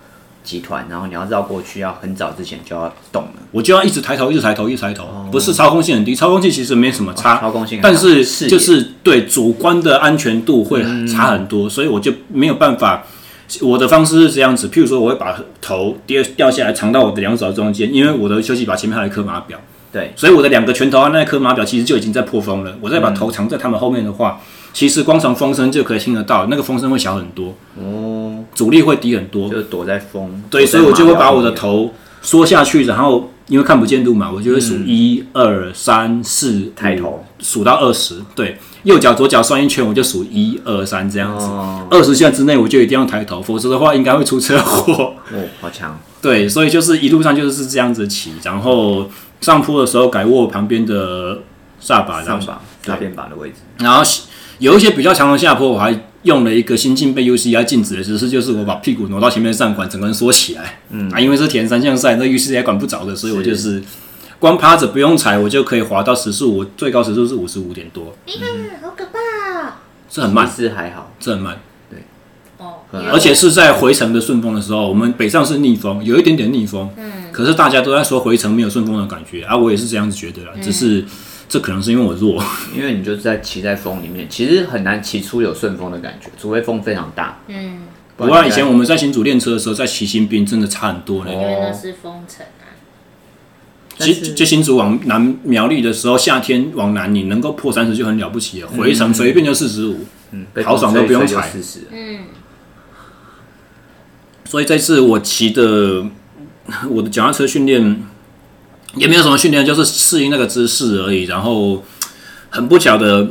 B: 集团，然后你要绕过去，要很早之前就要动了。
A: 我就要一直抬头，一直抬头，一直抬头，不是操控性很低，操控性其实没什么差，
B: 哦操控性很
A: 但是
B: 视野
A: 就是对主观的安全度会差很
B: 嗯
A: 多，所以我就没有办法。我的方式是这样子，譬如说，我会把头跌掉下来，藏到我的两手中间，因为我的休息把前面还有一颗马表，
B: 对，
A: 所以我的两个拳头和啊那一颗马表其实就已经在破风了。我再把头藏在他们后面的话，
B: 嗯
A: 其实光从风声就可以听得到，那个风声会小很多，
B: 哦，
A: 阻力会低很多
B: 就。是躲在风。
A: 对，
B: 躲在
A: 所以我就会
B: 马
A: 把
B: 路
A: 我的
B: 里面，
A: 头缩下去，然后因为看不见度嘛，我就会数一二三四
B: 嗯抬头，
A: 数到二十，对，右脚左脚算一圈，我就数一二三这样子，
B: 哦，
A: 二十下之内我就一定要抬头，否则的话应该会出车祸。
B: 哦，好强，
A: 对，所以就是一路上就是这样子骑，然后上坡的时候改握旁边的煞把，然
B: 上
A: 后
B: 把大便把的位置，
A: 然后有一些比较长的下坡，我还用了一个新进被 UCI 禁止的实施，就是我把屁股挪到前面上管，整个人缩起来。嗯啊，因为是田三项赛，那 UCI 管不着的，所以我就是光趴着不用踩，我就可以滑到时速，我最高时速是五十五点多，
D: 啊，好可怕哦！
A: 这很慢，
B: 是还好，
A: 这很慢。
D: 哦，
B: 嗯
A: 而且是在回程的顺风的时候，我们北上是逆风，有一点点逆风，嗯，可是大家都在说回程没有顺风的感觉啊，我也是这样子觉得啦，只是这可能是因为我弱，
B: 因为你就是在骑在风里面，其实很难骑出有顺风的感觉，除非风非常大。
D: 嗯，
A: 不然以前我们在新竹练车的时候，在骑新兵真的差很多呢。
D: 因为那是封城啊。
A: 其
B: 但是
A: 实就新竹往南苗栗的时候，夏天往南你能够破三十就很了不起了，回程随便就四十五。
B: 嗯，
A: 豪爽都不用踩
B: 四十，
D: 嗯，
A: 所以这次我骑的 我的脚踏车训练也没有什么训练，就是适应那个姿势而已。然后很不巧的，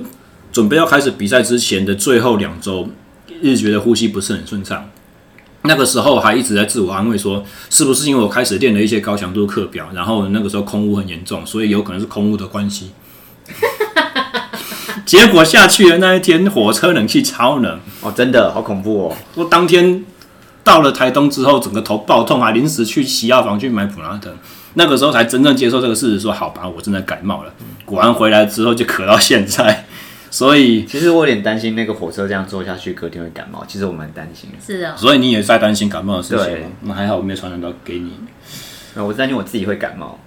A: 准备要开始比赛之前的最后两周，一直觉得呼吸不是很顺畅。那个时候还一直在自我安慰说，是不是因为我开始练了一些高强度课表，然后那个时候空污很严重，所以有可能是空污的关系。 结果下去的那一天，火车冷气超冷，
B: 哦，真的好恐 怖哦，
A: 我当天到了台东之后，整个头爆痛，还临时去洗药房去买普拉疼。那个时候才真正接受这个事实，说好吧，我真的感冒了。果然回来之后就咳到现在，所以
B: 其实我有点担心那个火车这样坐下去，隔天会感冒。其实我蛮担心的，
D: 是哦，
A: 所以你也在担心感冒的事情
B: 对
A: 吗？那还好我没有传染到给你。
B: 呃我担心我自己会感冒。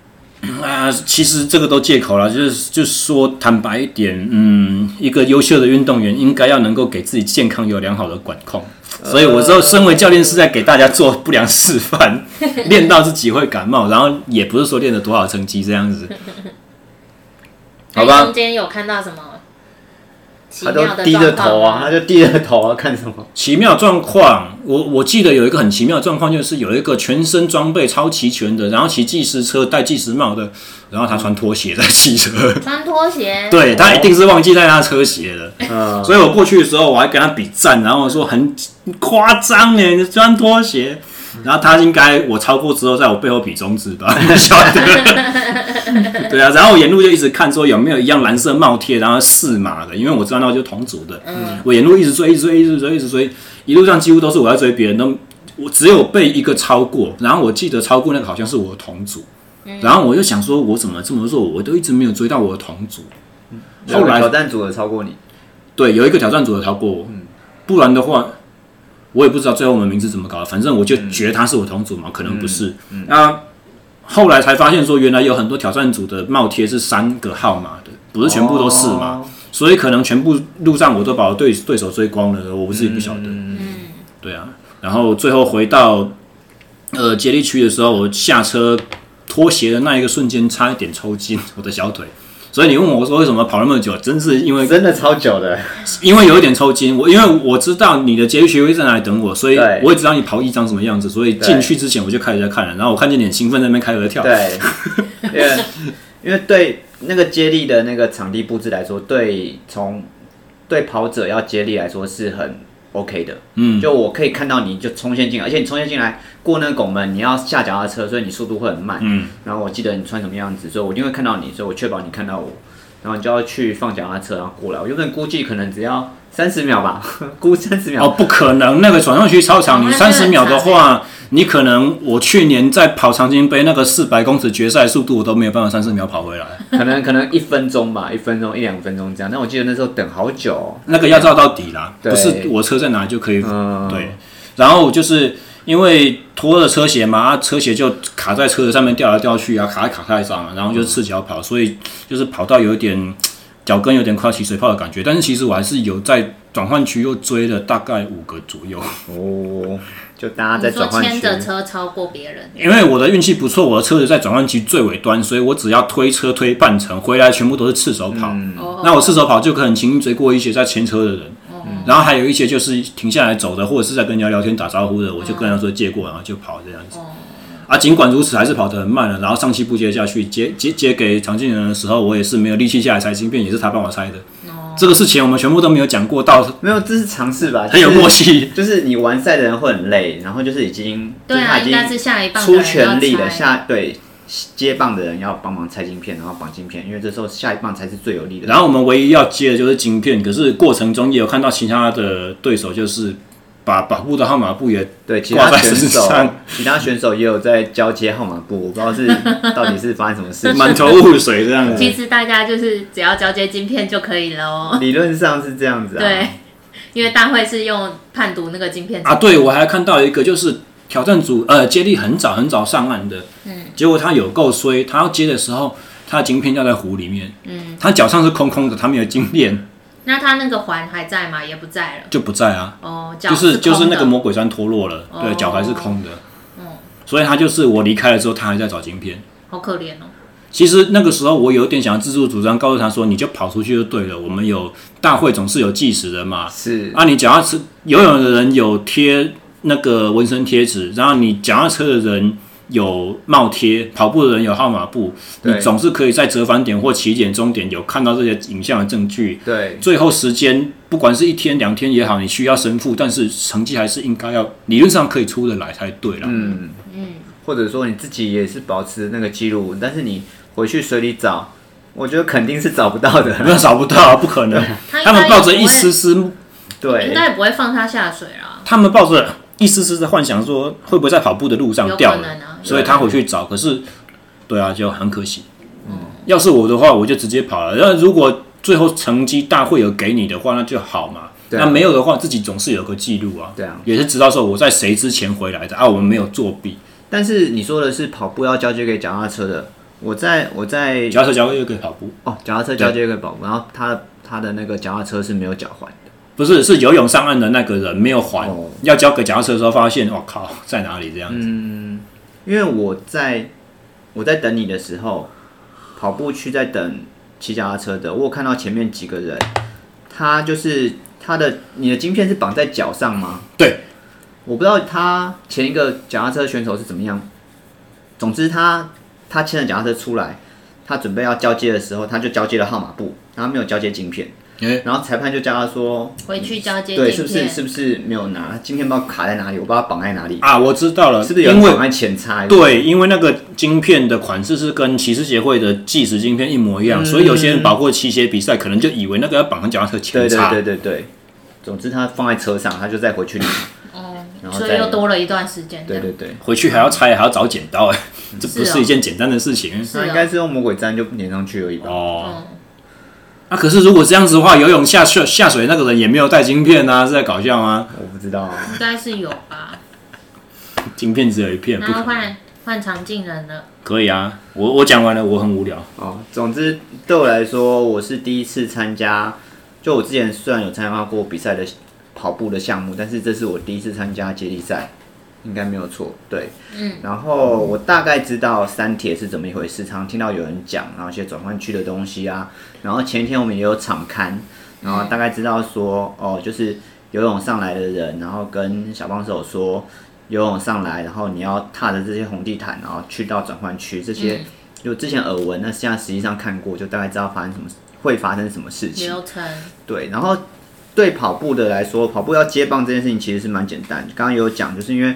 A: 啊，其实这个都借口了，就是就是说坦白一点，嗯，一个优秀的运动员应该要能够给自己健康有良好的管控。所以我之后身为教练是在给大家做不良示范，练到自己会感冒，然后也不是说练了多少成绩这样子，好
D: 那你
A: 吧
D: 中？间有看到什么奇
B: 他
D: 妙
B: 都
D: 的
B: 低着
D: 状
B: 头啊
D: 况，
B: 他
D: 吗？
B: 就低着头啊，看 什么？
A: 奇妙状况，我我记得有一个很奇妙的状况，就是有一个全身装备超齐全的，然后骑技师车、戴技师帽的，然后他穿拖鞋在骑车，
C: 嗯
D: 穿拖鞋，
A: 对他一定是忘记带他车鞋了。
B: 嗯，
A: 所以我过去的时候，我还跟他比赞，然后我说很夸张哎，你穿拖鞋。然后他应该我超过之后，在我背后比中指吧，不晓得。对啊，然后我沿路就一直看说有没有一样蓝色帽贴，然后四码的，因为我知道那个就是同组的。我沿路一直追，一直追，一直追，一直追，一路上几乎都是我在追别人，都我只有被一个超过。然后我记得超过那个好像是我的同组，然后我就想说，我怎么这么弱？我都一直没有追到我的同组。后来
B: 挑战组的超过你，
A: 对，有一个挑战组的逃过我，
D: 嗯
A: 不然的话，我也不知道最后我们名字怎么搞的。反正我就
D: 嗯
A: 觉得他是我同组嘛，可能不是。那后来才发现说，原来有很多挑战组的帽贴是三个号码的，不是全部都是嘛，
B: 哦？
A: 所以可能全部路上我都把我对对手追光了，我自己不晓得。
D: 嗯，
A: 对啊，然后最后回到呃接力区的时候，我下车脱鞋的那一个瞬间，差一点抽筋我的小腿。所以你问我说为什么跑那么久，真是因为
B: 哦真的超久的，
A: 因为有一点抽筋，我因为我知道你的结余学会在哪里等我，所以
B: 对
A: 我也知道你跑一张什么样子，所以进去之前我就开始在看了，然后我看见你很兴奋在那边开合跳，
B: 对，因为因为对那个接力的那个场地布置来说，对从对跑者要接力来说是很 OK 的。
A: 嗯，
B: 就我可以看到你就冲线进来，而且你冲线进来过那个拱门，你要下脚踏车，所以你速度会很慢。
A: 嗯，
B: 然后我记得你穿什么样子，所以我一定会看到你，所以我确保你看到我，然后你就要去放脚踏车，然后过来。我原本估计可能只要三十秒吧， 估三十秒。
A: 哦，不可能，那个转换区超长，
D: 哦
A: 你
D: 那真的很
A: 三十
D: 长
A: 秒的话，你可能我去年在跑长津杯那个四百公尺决赛速度，我都没有办法三十秒跑回来，
B: 可能可能一分钟吧，一分钟一两分钟这样。但我记得那时候等好久哦、
A: 那个要照到底啦，
B: 对
A: 不是我车在哪就可以
B: 嗯，
A: 对，然后就是因为脱了车鞋嘛，啊车鞋就卡在车子上面掉来掉去啊，卡在卡带上啊，然后就赤脚跑，所以就是跑到有一点脚跟有点快要起水泡的感觉。但是其实我还是有在转换区又追了大概五个左右，
B: 哦，就大家在
D: 你说
B: 转换
D: 牵
B: 区，
D: 着车超过别人，
A: 因为我的运气不错，我的车子在转换区最尾端，所以我只要推车推半程回来，全部都是赤手跑。
D: 哦
A: 那我赤手跑就可以很轻易追过一些在牵车的人，然后还有一些
D: 哦
A: 就是停下来走的，或者是在跟人家聊天打招呼的，我就跟他说借过，然后就跑这样子。啊，尽管如此，还是跑得很慢了。然后上气不接下去，接接接给常进人的时候，我也是没有力气下来拆芯片，也是他帮我拆的。
D: 哦
A: 这个事情我们全部都没有讲过，到
B: 没有，这是尝试吧，
A: 很有
B: 就是
A: 默契。
B: 就是你完赛的人会很累，然后就是已经，
C: 对啊，
B: 就是
C: 应
B: 他
C: 该
B: 已
C: 是
B: 经
C: 下一棒的
B: 出
C: 人要
B: 全力的
C: 拆
B: 下对接棒的人要帮忙拆晶片，然后绑晶片，因为这时候下一棒才是最有力的。
A: 然后我们唯一要接的就是晶片，可是过程中也有看到其他的对手就是把把布的号码布也
B: 对其他
A: 挂在
B: 选
A: 身
B: 手
A: 上，
B: 其他选手也有在交接号码布，我不知道是到底是发生什么 事
A: 满
B: 情。
A: 头雾水这样
C: 其
A: 子。
C: 实大家就是只要交接晶片就可以了哦。
B: 理论上是这样子啊，
C: 对，因为大会是用判读那个晶片
A: 啊，对，我还看到一个就是挑战组呃接力很早很早上岸的，嗯，结果他有够衰，他要接的时候，他的晶片掉在湖里面，嗯，他脚上是空空的，他没有晶片
C: 那他那个环还在吗？也不在了。
A: 就不在啊。
C: 哦，脚
A: 就是
C: 空
A: 就
C: 的
A: 是那个魔鬼山脱落了，对，脚还是空的，
C: 哦
A: 所以他就是我离开了之后，他还在找晶片。
C: 好可怜哦。
A: 其实那个时候我有点想要自作主张，告诉他说，你就跑出去就对了。我们有大会总是有计时的嘛，
B: 是
A: 啊，你脚踏车游泳的人有贴那个纹身贴纸，然后你脚踏车的人有帽贴，跑步的人有号码布，你
B: 对
A: 总是可以在折返点或起点、终点有看到这些影像的证据，
B: 对
A: 最后时间，不管是一天两天也好，你需要申付，但是成绩还是应该要理论上可以出得来才对啦。
B: 嗯或者说你自己也是保持那个记录，但是你回去水里找，我觉得肯定是找不到
A: 没有
B: 的。
A: 找不到，啊不可能。
C: 他应该
A: 他们抱着
C: 也不
A: 一
C: 会
A: 丝丝，
C: 应
B: 对，
C: 该也不会放他下水啦。
A: 他们抱着一丝丝的幻想，说会不会在跑步的路上
C: 有
A: 掉
C: 可
A: 了，
C: 能啊，
A: 所以他回去找。可是，对啊，就很可惜。
C: 嗯
A: 要是我的话，我就直接跑了。那如果最后成绩大会有给你的话，那就好嘛。
B: 对啊
A: 那没有的话，自己总是有个记录啊。
B: 对啊
A: 也是知道说我在谁之前回来的啊，我们没有作弊。
B: 但是你说的是跑步要交接给脚踏车的，我在我在
A: 脚踏车脚又可以跑步。
B: 哦，脚踏车交接给跑步，然后他他的那个脚踏车是没有脚环的，
A: 不是，是游泳上岸的那个人没有还，
B: 哦
A: 要交给脚踏车的时候发现，我靠，在哪里这样子？
B: 因为我在我在等你的时候，跑步区在等骑脚踏车的，我有看到前面几个人，他就是他的你的晶片是绑在脚上吗？
A: 对，
B: 我不知道他前一个脚踏车选手是怎么样，总之他他牵着脚踏车出来，他准备要交接的时候，他就交接了号码布，然后没有交接晶片，
A: 诶
B: 然后裁判就叫他说，
C: 回去交接晶
B: 对，
C: 片。
B: 是不是是不是没有拿晶片包卡在哪里？我不知道绑在哪里，
A: 啊，我知道了，
B: 是不是有
A: 因
B: 人
A: 为
B: 绑在前叉？
A: 对，因为那个晶片的款式是跟骑士协会的计时晶片一模一
B: 嗯
A: 样，所以有些人包括骑协比赛，可能就以为那个要绑上脚踏车
B: 对
A: 前
B: 对
A: 叉。
B: 对对对，总之他放在车上，他就再回去拿。
C: 哦，
B: 然后
C: 所
B: 再
C: 以又多了一段时间。
B: 对对对，
A: 回去还要拆，还要找剪刀，哎，
B: 啊
A: 这不
C: 是哦
A: 是一件简单的事情
C: 是
B: 那应
C: 啊
B: 该是用魔鬼粘就粘上去而已吧。
A: 哦。
C: 嗯，
A: 那、啊可是如果这样子的话，游泳下去下水那个人也没有带晶片啊，是在搞笑吗？
B: 我不知道啊，
C: 应该是有吧。
A: 晶片只有一片，不
C: 然后
A: 可能。
C: 换换常进人了，
A: 可以啊，我我讲完了，我很无聊。
B: 哦，总之对我来说，我是第一次参加，就我之前虽然有参加过比赛的跑步的项目，但是这是我第一次参加接力赛，应该没有错。对，嗯。然后我大概知道三铁是怎么一回事，常听到有人讲，然后一些转换区的东西啊，然后前一天我们也有场刊，然后大概知道说，哦，就是游泳上来的人，然后跟小帮手说。游泳上来，然后你要踏着这些红地毯，然后去到转换区，这
C: 嗯
B: 些就之前耳闻，那现在实际上看过，就大概知道发生什么会发生什么事情。
C: 流程
B: 对，然后对跑步的来说，跑步要接棒这件事情其实是蛮简单的。刚刚有讲，就是因为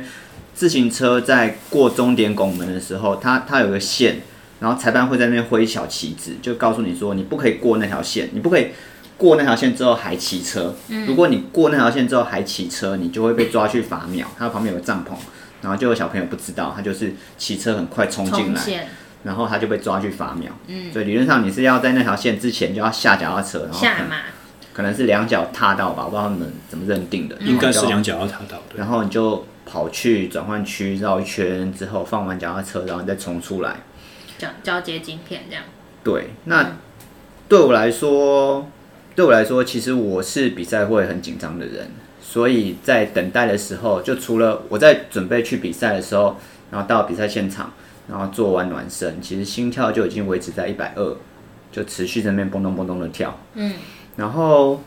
B: 自行车在过终点拱门的时候，它它有个线，然后裁判会在那边挥一小旗子，就告诉你说你不可以过那条线，你不可以过那条线之后还骑车。如果你过那条线之后还骑车，你就会被抓去罚秒。它旁边有个帐篷，然后就有小朋友不知道，他就是骑车很快冲进
C: 冲
B: 来，
C: 线
B: 然后他就被抓去罚秒。嗯，所以理论上你是要在那条线之前就要下脚踏车，然后可
C: 下
B: 能
C: 马，
B: 可能是两脚踏到吧，我不知道他们怎么认定的，
A: 嗯应该是
B: 然后
A: 两
B: 就。
A: 脚要踏到的。
B: 然后你就跑去转换区绕一圈之后，放完脚踏车，然后再冲出来。
C: 交交接晶片这样。
B: 对，
A: 嗯
B: 那对我来说，对我来说，其实我是比赛会很紧张的人，所以在等待的时候，就除了我在准备去比赛的时候，然后到比赛现场，然后做完暖身，其实心跳就已经维持在一百二，就持续在那边蹦咚蹦咚的跳。
C: 嗯，
B: 然后，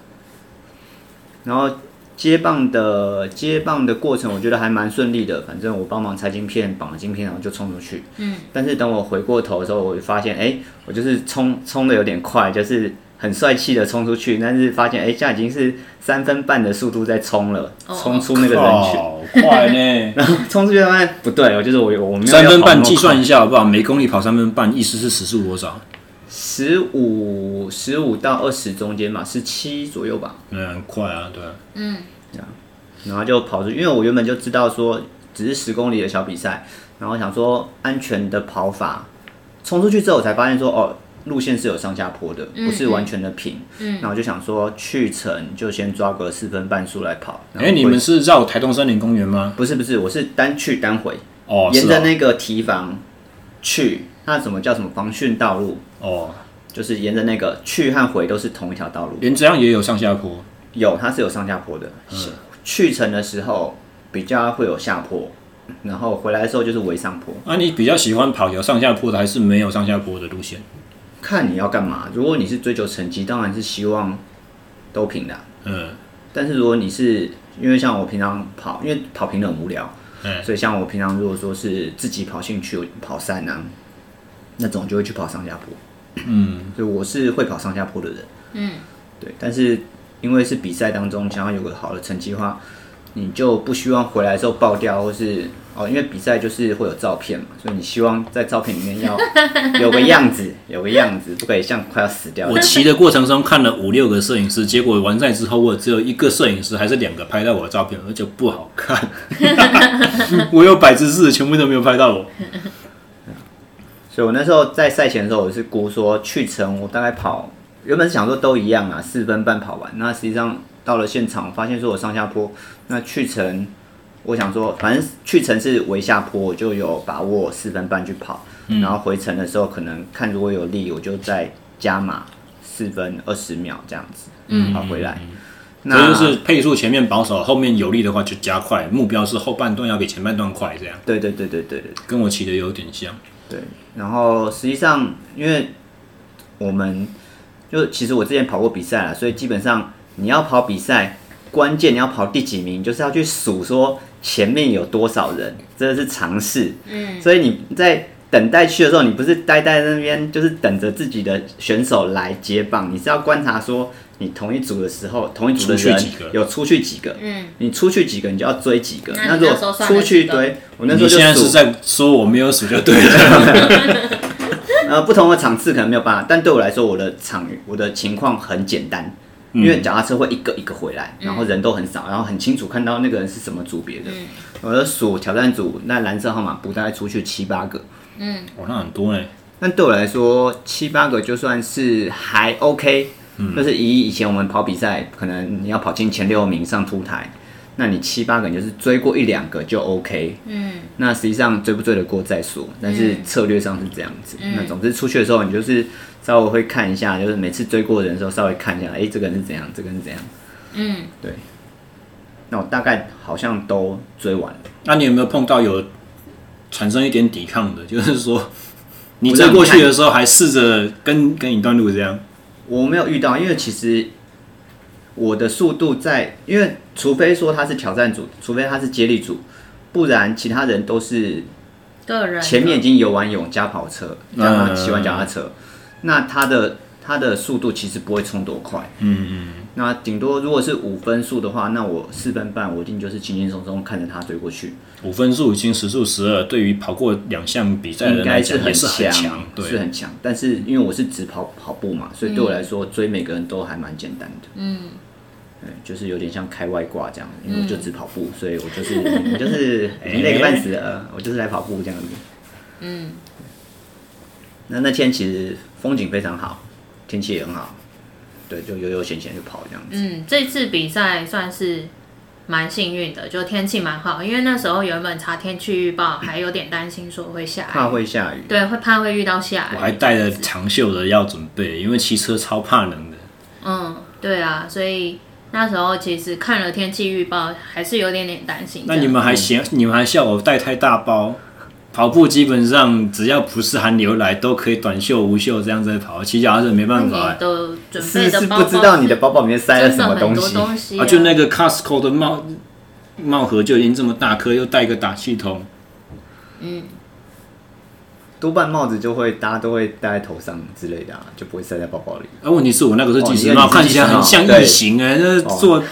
B: 然后接棒的接棒的过程，我觉得还蛮顺利的。反正我帮忙拆晶片，绑了晶片，然后就冲出去。嗯。但是等我回过头的时候，我就发现，哎、我就是冲冲的有点快，就是很帅气的冲出去，但是发现，哎、现在已经是三分半的速度在冲了，冲出那个人群。
A: 好快呢！
B: 然后 冲出去发现不对，我就是我 我没有
A: 三分半计
B: 一
A: 算一下好不好？每公里跑三分半，意思是时速多少？
B: 十五十五到二十中间嘛，十七左右吧。
A: 嗯，很快啊，对啊。
C: 嗯
B: 然后就跑出去，因为我原本就知道说只是十公里的小比赛，然后想说安全的跑法，冲出去之后我才发现说哦，路线是有上下坡的，不是完全的平。嗯，然后就想说去程就先抓个四分半速来跑。然
A: 哎、
B: 后
A: 你
B: 回
A: 们是绕台东森林公园吗？
B: 不是不是，我是单去单回，
A: 哦，
B: 沿
A: 是
B: 着
A: 哦。
B: 那个提防去，那什么叫什么防汛道路？
A: 哦，
B: 就是沿着那个去和回都是同一条道路，
A: 连这样也有上下坡。
B: 有它是有上下坡的。去程的时候比较会有下坡，然后回来的时候就是围上坡。
A: 啊，你比较喜欢跑有上下坡的，还是没有上下坡的路线？
B: 看你要干嘛。如果你是追求成绩，当然是希望都平的啊。
A: 嗯，
B: 但是如果你是因为像我平常跑，因为跑平的很无聊，
A: 嗯
B: 所以像我平常如果说是自己跑兴趣跑山啊，那种就会去跑上下坡。嗯， 所以我是会跑上下坡的人。
C: 嗯，
B: 对，但是因为是比赛当中想要有个好的成绩的话，你就不希望回来的时候爆掉，或是哦，因为比赛就是会有照片嘛，所以你希望在照片里面要有个样子，有个样子，不可以像快要死 掉
A: 我
B: 的。
A: 骑的过程中看了五六个摄影师，结果完赛之后，我只有一个摄影师还是两个拍到我的照片，而且不好 看。我有百之四，全部都没有拍到我。
B: 所以我那时候在赛前的时候，我是估说去程我大概跑，原本是想说都一样啊，四分半跑完。那实际上到了现场，发现说我上下坡，那去程我想说，反正去程是围下坡，我就有把握四分半去跑。然后回程的时候，可能看如果有力，我就再加码四分二十秒这样子，嗯，跑回来。
A: 这
B: 那
A: 就是配速前面保守，后面有力的话就加快，目标是后半段要比前半段快，这样
B: 对对对对对对。
A: 跟我骑的有点像。
B: 对，然后实际上，因为我们就其实我之前跑过比赛啦，所以基本上你要跑比赛，关键你要跑第几名，就是要去数说前面有多少人，这是常识。嗯，所以你在等待区的时候，你不是待在那边，就是等着自己的选手来接棒，你是要观察说你同一组的时候，同一组的
A: 出去
B: 人
A: 几个
B: 有出去几个，
D: 嗯，
B: 你出去几个，你就要追几个。
C: 那你
B: 如
C: 那时候
B: 果
C: 算
B: 出
C: 了
B: 去一
C: 几个
B: 堆，我那时
A: 你
B: 候就
A: 现在
B: 数
A: 是在说我没有数就对了。
B: 呃，不同的场次可能没有办法，但对我来说，我的场域我的情况很简单，因为脚踏车会一个一个回来，然后人都很少，然后很清楚看到那个人是什么组别的。我的数挑战组那蓝色号码布大概出去七八个，
A: 哇，哦那很多呢。欸
B: 但对我来说七八个就算是还 OK，、就是以以前我们跑比赛，可能你要跑进前六名上凸台，那你七八个你就是追过一两个就 OK，
C: 嗯
B: 那实际上追不追得过再说，但是策略上是这样子。那总之出去的时候，你就是稍微会看一下，就是每次追过的人的时候稍微看一下，哎、这个人是怎样，这个人是怎样。
C: 嗯，
B: 对。那我大概好像都追完了。
A: 那你有没有碰到有产生一点抵抗的？ 就是说，你
B: 不让
A: 追
B: 你
A: 过去的时候还试着跟跟一段路这样。
B: 我没有遇到，因为其实我的速度在，因为除非说他是挑战组，除非他是接力组，不然其他人都是
C: 个人
B: 前面已经游完泳加跑车，
A: 嗯
B: 加骑完脚踏车，那他的他的速度其实不会冲多快，
A: 嗯
B: 那顶多如果是五分速的话，那我四分半我一定就是轻轻松松看着他追过去，
A: 嗯，五分数已经时速十二，对于跑过两项比赛的
B: 应
A: 人来
B: 该
A: 讲也
B: 很
A: 是很强
B: 强，，
A: 对，
B: 是很强。但是因为我是只跑跑步嘛，所以对我来说、追每个人都还蛮简单的。嗯，对，就是有点像开外挂这样，因为我就只跑步，所以我就是 我就是已经累个半
A: 哎
B: 死了，我就是来跑步这样子。
D: 嗯，
B: 那那天其实风景非常好，天气也很好，对，就悠悠闲闲就跑这样子。
C: 嗯，这次比赛算是蛮幸运的，就天气蛮好，因为那时候原本查天气预报还有点担心说会下
B: 怕
C: 雨，
B: 会下雨，
C: 对，会怕会遇到下
A: 我还
C: 雨。
A: 带了长袖的要准备，因为骑车超怕冷的。
C: 嗯，对啊，所以那时候其实看了天气预报还是有点点担心这
A: 那
C: 样。
A: 你们还嫌你们还笑我带太大包，跑步基本上只要不是寒流来，都可以短袖、无袖这样子跑。骑脚踏车没办法、欸
C: 那你的准备
B: 是
C: 的
B: 是
C: 包包
B: 不知道你的包包里面塞了
C: 真
B: 什
C: 的
B: 么
C: 很
B: 东
C: 多
B: 西，哦
C: 东西
A: 啊，就那个 Costco 的帽帽盒就已经这么大颗，又带一个打气筒，
B: 多半帽子就会大家都会戴在头上之类的、啊，就不会塞在包包里。
A: 啊，问题是我那个是计时帽，
B: 哦你
A: 看
B: 是计
A: 起
B: 时
A: 来
B: 帽
A: 很像
B: 对
A: 异形哎，那坐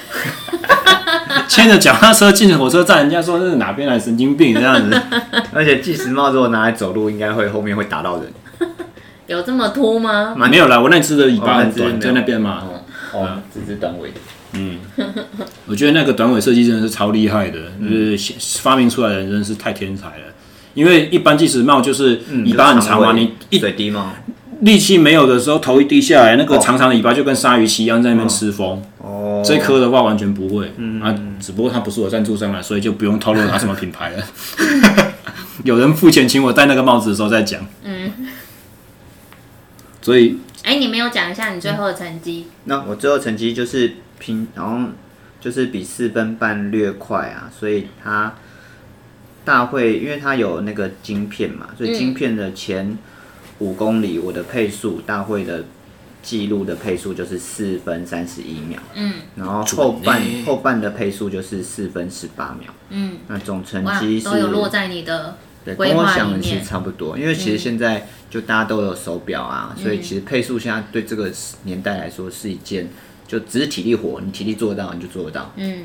A: 牵着脚踏车进火车站，人家说这是哪边来神经病这 样子。
B: 而且计时帽如果拿来走路，应该会后面会打到人。
C: 有这么秃吗？
A: 没有啦，我那只的尾巴很
B: 哦那
A: 短，
B: 只
A: 在
B: 没有
A: 那边嘛。
B: 哦哦，这只短尾的，
A: 我觉得那个短尾设计真的是超厉害的，就是发明出来的人真是太天才了。因为一般计时帽就是尾巴很长嘛，
B: 嗯就是
A: 你
B: 尾
A: 一
B: 水滴吗？
A: 力气没有的时候，头一低下来，那个长长的尾巴就跟鲨鱼鳍一样在那边吃风。
B: 哦，嗯
A: 这颗的话完全不会，啊，只不过它不是我赞助商啦，所以就不用透露它什么品牌了。 有人付钱请我戴那个帽子的时候再讲。嗯，所以
C: 哎，你没有讲一下你最后的成绩，
B: 那我最后成绩就是平，然后就是比四分半略快啊，所以它大会因为它有那个晶片嘛，
C: 嗯
B: 所以晶片的前五公里我的配速大会的记录的配速就是四分三十一秒，
C: 嗯，
B: 然后后半
A: 准欸
B: 后半的配速就是四分十八秒，
C: 嗯，
B: 那总成
C: 哇
B: 绩，是
C: 都有落在你的
B: 对，
C: 规
B: 跟我
C: 划
B: 想
C: 里
B: 的其
C: 面嗯
B: 实差不多，因为其实现在就大家都有手表啊，所以其实配速现在对这个年代来说是一件，就只是体力活，你体力做得到你就做得到。
C: 嗯，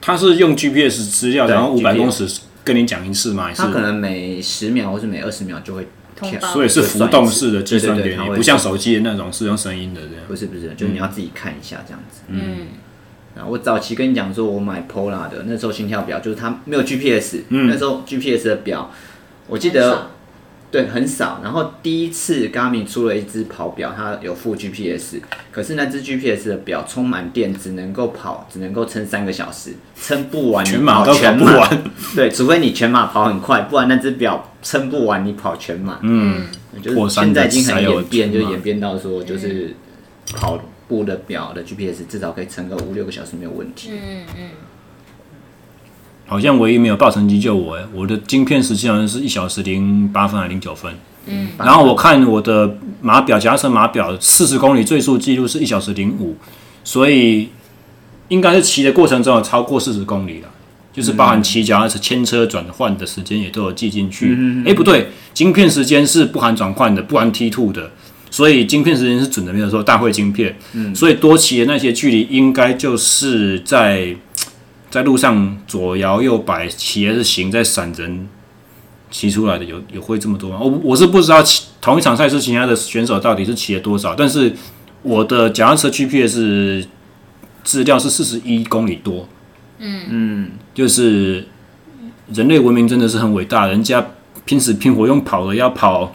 A: 它是用 GPS 资料，
B: 对
A: 然后五百
B: GPS
A: 公尺跟你讲一次嘛，还是
B: 它可能每十秒或是每二十秒就会
C: 通
B: 跳，
C: 报
A: 所以是浮动式的计算
B: 对
A: 给
B: 对对它
A: 你，
B: 会
A: 不像手机的那种是用声音的这样。
B: 不是不是，就你要自己看一下这样子。
C: 嗯，
B: 然后我早期跟你讲说，我买 Pola 的，那时候心跳表就是它没有 GPS，、那时候 GPS 的表，我记
C: 嗯很
B: 得
C: 少
B: 对，很少。然后第一次 Garmin 出了一只跑表，它有附 GPS，可是那只 GPS 的表充满电，只能够跑，只能够撑三个小时，撑不完，你
A: 全马
B: 跑
A: 都跑
B: 全
A: 不
B: 马。
A: 完，
B: 对，除非你全马跑很快，不然那只表撑不完，你跑全马。嗯，就是
A: 破三
B: 现
A: 的
B: 在已经
A: 才
B: 很
A: 有
B: 演变，就
A: 全马
B: 演变到说，就是跑步的表的 GPS 至少可以撑个五六个小时没有问题。
C: 嗯嗯，
A: 好像唯一没有报成绩就我哎，我的晶片实际好像是一小时零八分还零九分。
B: 嗯，
A: 然后我看我的码表，假设码表四十公里最速记录是一小时零五，所以应该是骑的过程中有超过四十公里了，就是包含骑脚踏车、牵车转换的时间也都有记进去。哎、不对，晶片时间是不含转换的，不含 T two 的，所以晶片时间是准的，没有说大会晶片。嗯，所以多骑的那些距离应该就是在在路上左摇右摆，骑的是行在闪人。骑出来的有有会这么多吗？我我是不知道骑同一场赛事其他的选手到底是骑了多少，但是我的脚踏车 GPS 资料是四十一公里多。嗯嗯，就是人类文明真的是很伟大，人家拼死拼活用跑的要跑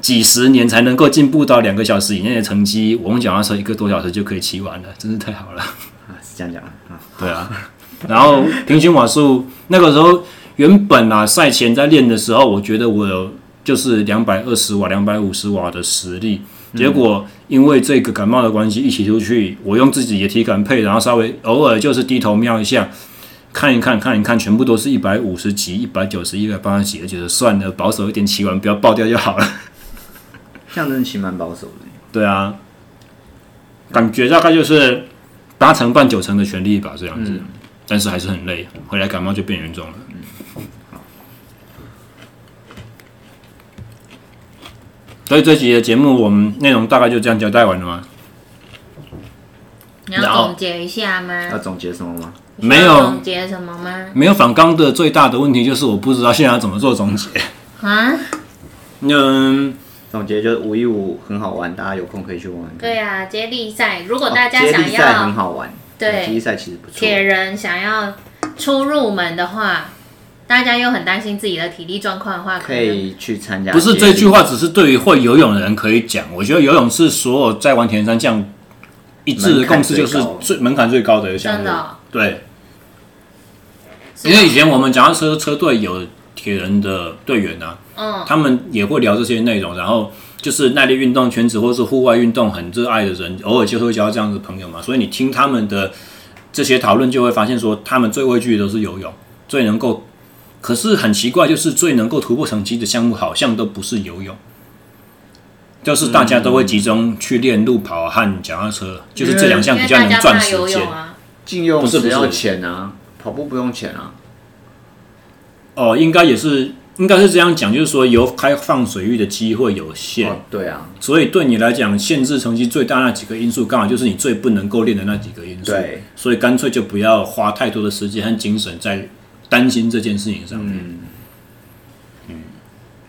A: 几十年才能够进步到两个小时以内的成绩，我用脚踏车一个多小时就可以骑完了，真是太好了。
B: 啊，是这样讲啊。啊
A: 对啊，然后平均瓦数那个时候原本啊赛前在练的时候，我觉得我有就是两百二十瓦、两百五十瓦的实力，结果因为这个感冒的关系，一起出去，我用自己的体感配，然后稍微偶尔就是低头瞄一下。看一看，看一看，全部都是一百五十级、一百九十、一百八十级，就觉得算了，保守一点，骑完不要爆掉就好了。
B: 这样真的其实蛮保守的。
A: 对啊，感觉大概就是八成半九成的全力吧，这样子，但是还是很累，回来感冒就变严重了。嗯所以这集的节目，我们内容大概就这样交代完了吗？
C: 你
A: 然
C: 要
A: 后
C: 总结一下
B: 要
C: 吗？
B: 总结什么吗？
A: 没
C: 要
A: 有
C: 总，结什么吗？
A: 没有反纲的最大的问题就是我不知道现在要怎么做总结。
C: 啊，
A: 嗯，
B: 总结就是五一五很好玩，大家有空可以去玩玩看。
C: 对啊，接力赛，如果
B: 哦
C: 大家
B: 接
C: 想
B: 力赛很
C: 要
B: 好玩，
C: 对
B: 接力赛其实不错
C: 铁。人想要初入门的话，大家又很担心自己的体力状况的话，
B: 可
C: 能
B: 以去参加。
A: 不是这句话，只是对于会游泳的人可以讲。我觉得游泳是所有在玩田三项一致的共识，就是最门槛最高的一个啊项
C: 真
A: 目
C: 的。哦、
A: 对，
C: 是
A: 因为以前我们脚踏车车队有铁人的队员啊，
C: 嗯
A: 他们也会聊这些内容，然后就是耐力运动圈子或是户外运动很热爱的人，偶尔就会交这样的朋友嘛。所以你听他们的这些讨论，就会发现说，他们最畏惧的都是游泳，最能够可是很奇怪，就是最能够突破成绩的项目好像都不是游泳，就是大家都会集中去练路跑和脚踏车，就是这两项
C: 因
A: 比
C: 为
A: 较
C: 大
A: 能
C: 家
A: 赚
C: 怕
A: 时
C: 游
A: 间
C: 泳。啊，
B: 进泳
A: 不是不
B: 池
A: 是
B: 要钱啊，跑步不用钱啊。
A: 哦，应该也是，应该是这样讲，就是说有开放水域的机会有限，
B: 哦，对啊，
A: 所以对你来讲，限制成绩最大那几个因素，刚好就是你最不能够练的那几个因素。
B: 对，
A: 所以干脆就不要花太多的时间和精神在担心这件事情上面。
B: 嗯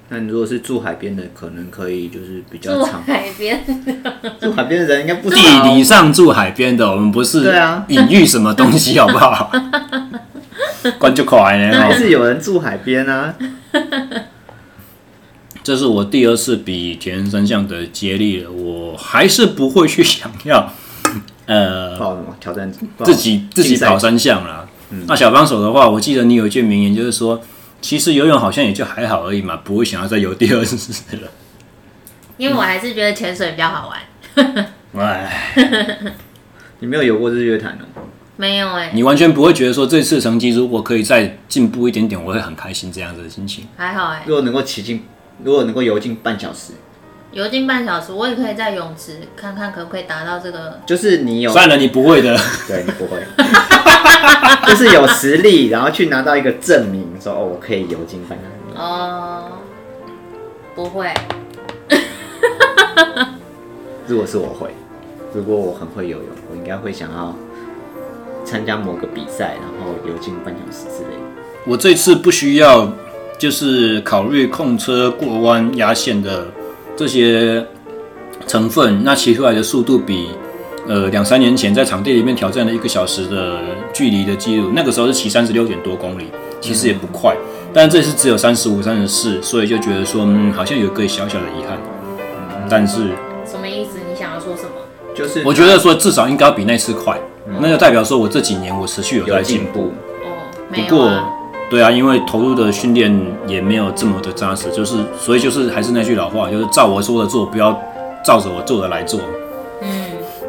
B: 那你如果是住海边的，可能可以就是比较
C: 住
B: 长。
C: 海边，
B: 住海边的人应该不少
A: 地理上住海边的，我们不是
B: 对啊
A: 隐喻什么东西，好不好？关就快呢，
B: 还
A: 哦
B: 是有人住海边啊。
A: 这是我第二次比田三项的接力了，我还是不会去想要，呃，
B: 报什么挑战？报
A: 自己自己
B: 竞赛嗯
A: 跑三项啦。那小帮手的话，我记得你有一句名言，就是说，其实游泳好像也就还好而已嘛，不会想要再游第二次 了。
C: 因为我还是觉得潜水比较好玩。
A: 哎，
B: 你没有游过日月潭哦。
C: 没有哎、
A: 你完全不会觉得说这次成绩如果可以再进步一点点，我会很开心这样子的心情。
C: 还好哎、
B: 如果能够骑进，如果能够游进半小时，
C: 游进半小时，我也可以在泳池看看可不可以达到这个。
B: 就是你有，
A: 算了，你不会的。
B: 对你不会， 就是有实力，然后去拿到一个证明，说哦，我可以游进半小
A: 嗯
B: 时。
C: 哦，不会，
B: 如果是我会，如果我很会游泳，我应该会想要参加某个比赛，然后游进半小时之类的。
A: 我这次不需要就是考虑控车、过弯、压线的这些成分，那骑出来的速度比呃两三年前在场地里面挑战了一个小时的距离的记录，那个时候是骑三十六点多公里，其实也不快，但这次只有三十五、三十四，所以就觉得说，嗯，好像有一个小小的遗憾。嗯但是
C: 什么意思？你想要说什么？
B: 就是
A: 我觉得说至少应该要比那次快，那就代表说我这几年我持续有
B: 有
A: 在进
B: 进
A: 步。
B: 步，
C: 哦，
A: 不
C: 没有、
A: 过
C: 啊。，
A: 对啊，因为投入的训练也没有这么的扎实，就是所以就是还是那句老话，就是照我说的做，不要照着我做的来做。
C: 嗯，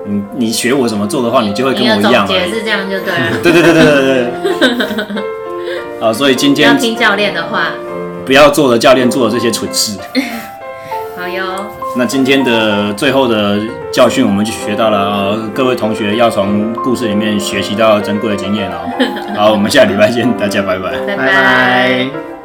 A: 你你学我怎么做的话，你就会跟
C: 你的
A: 我一样啊欸
C: 总
A: 而
C: 结
A: 已。
C: 是这样就 对了，
A: 对对对对对对。啊，所以今
C: 不要
A: 天
C: 听教练的话。
A: 不要做了教练做的这些蠢事。
C: 好哟，
A: 那今天的最后的教训，我们就学到了、呃各位同学要从故事里面学习到珍贵的经验哦。好，我们下礼拜见，大家拜拜。
C: 拜
B: 拜拜。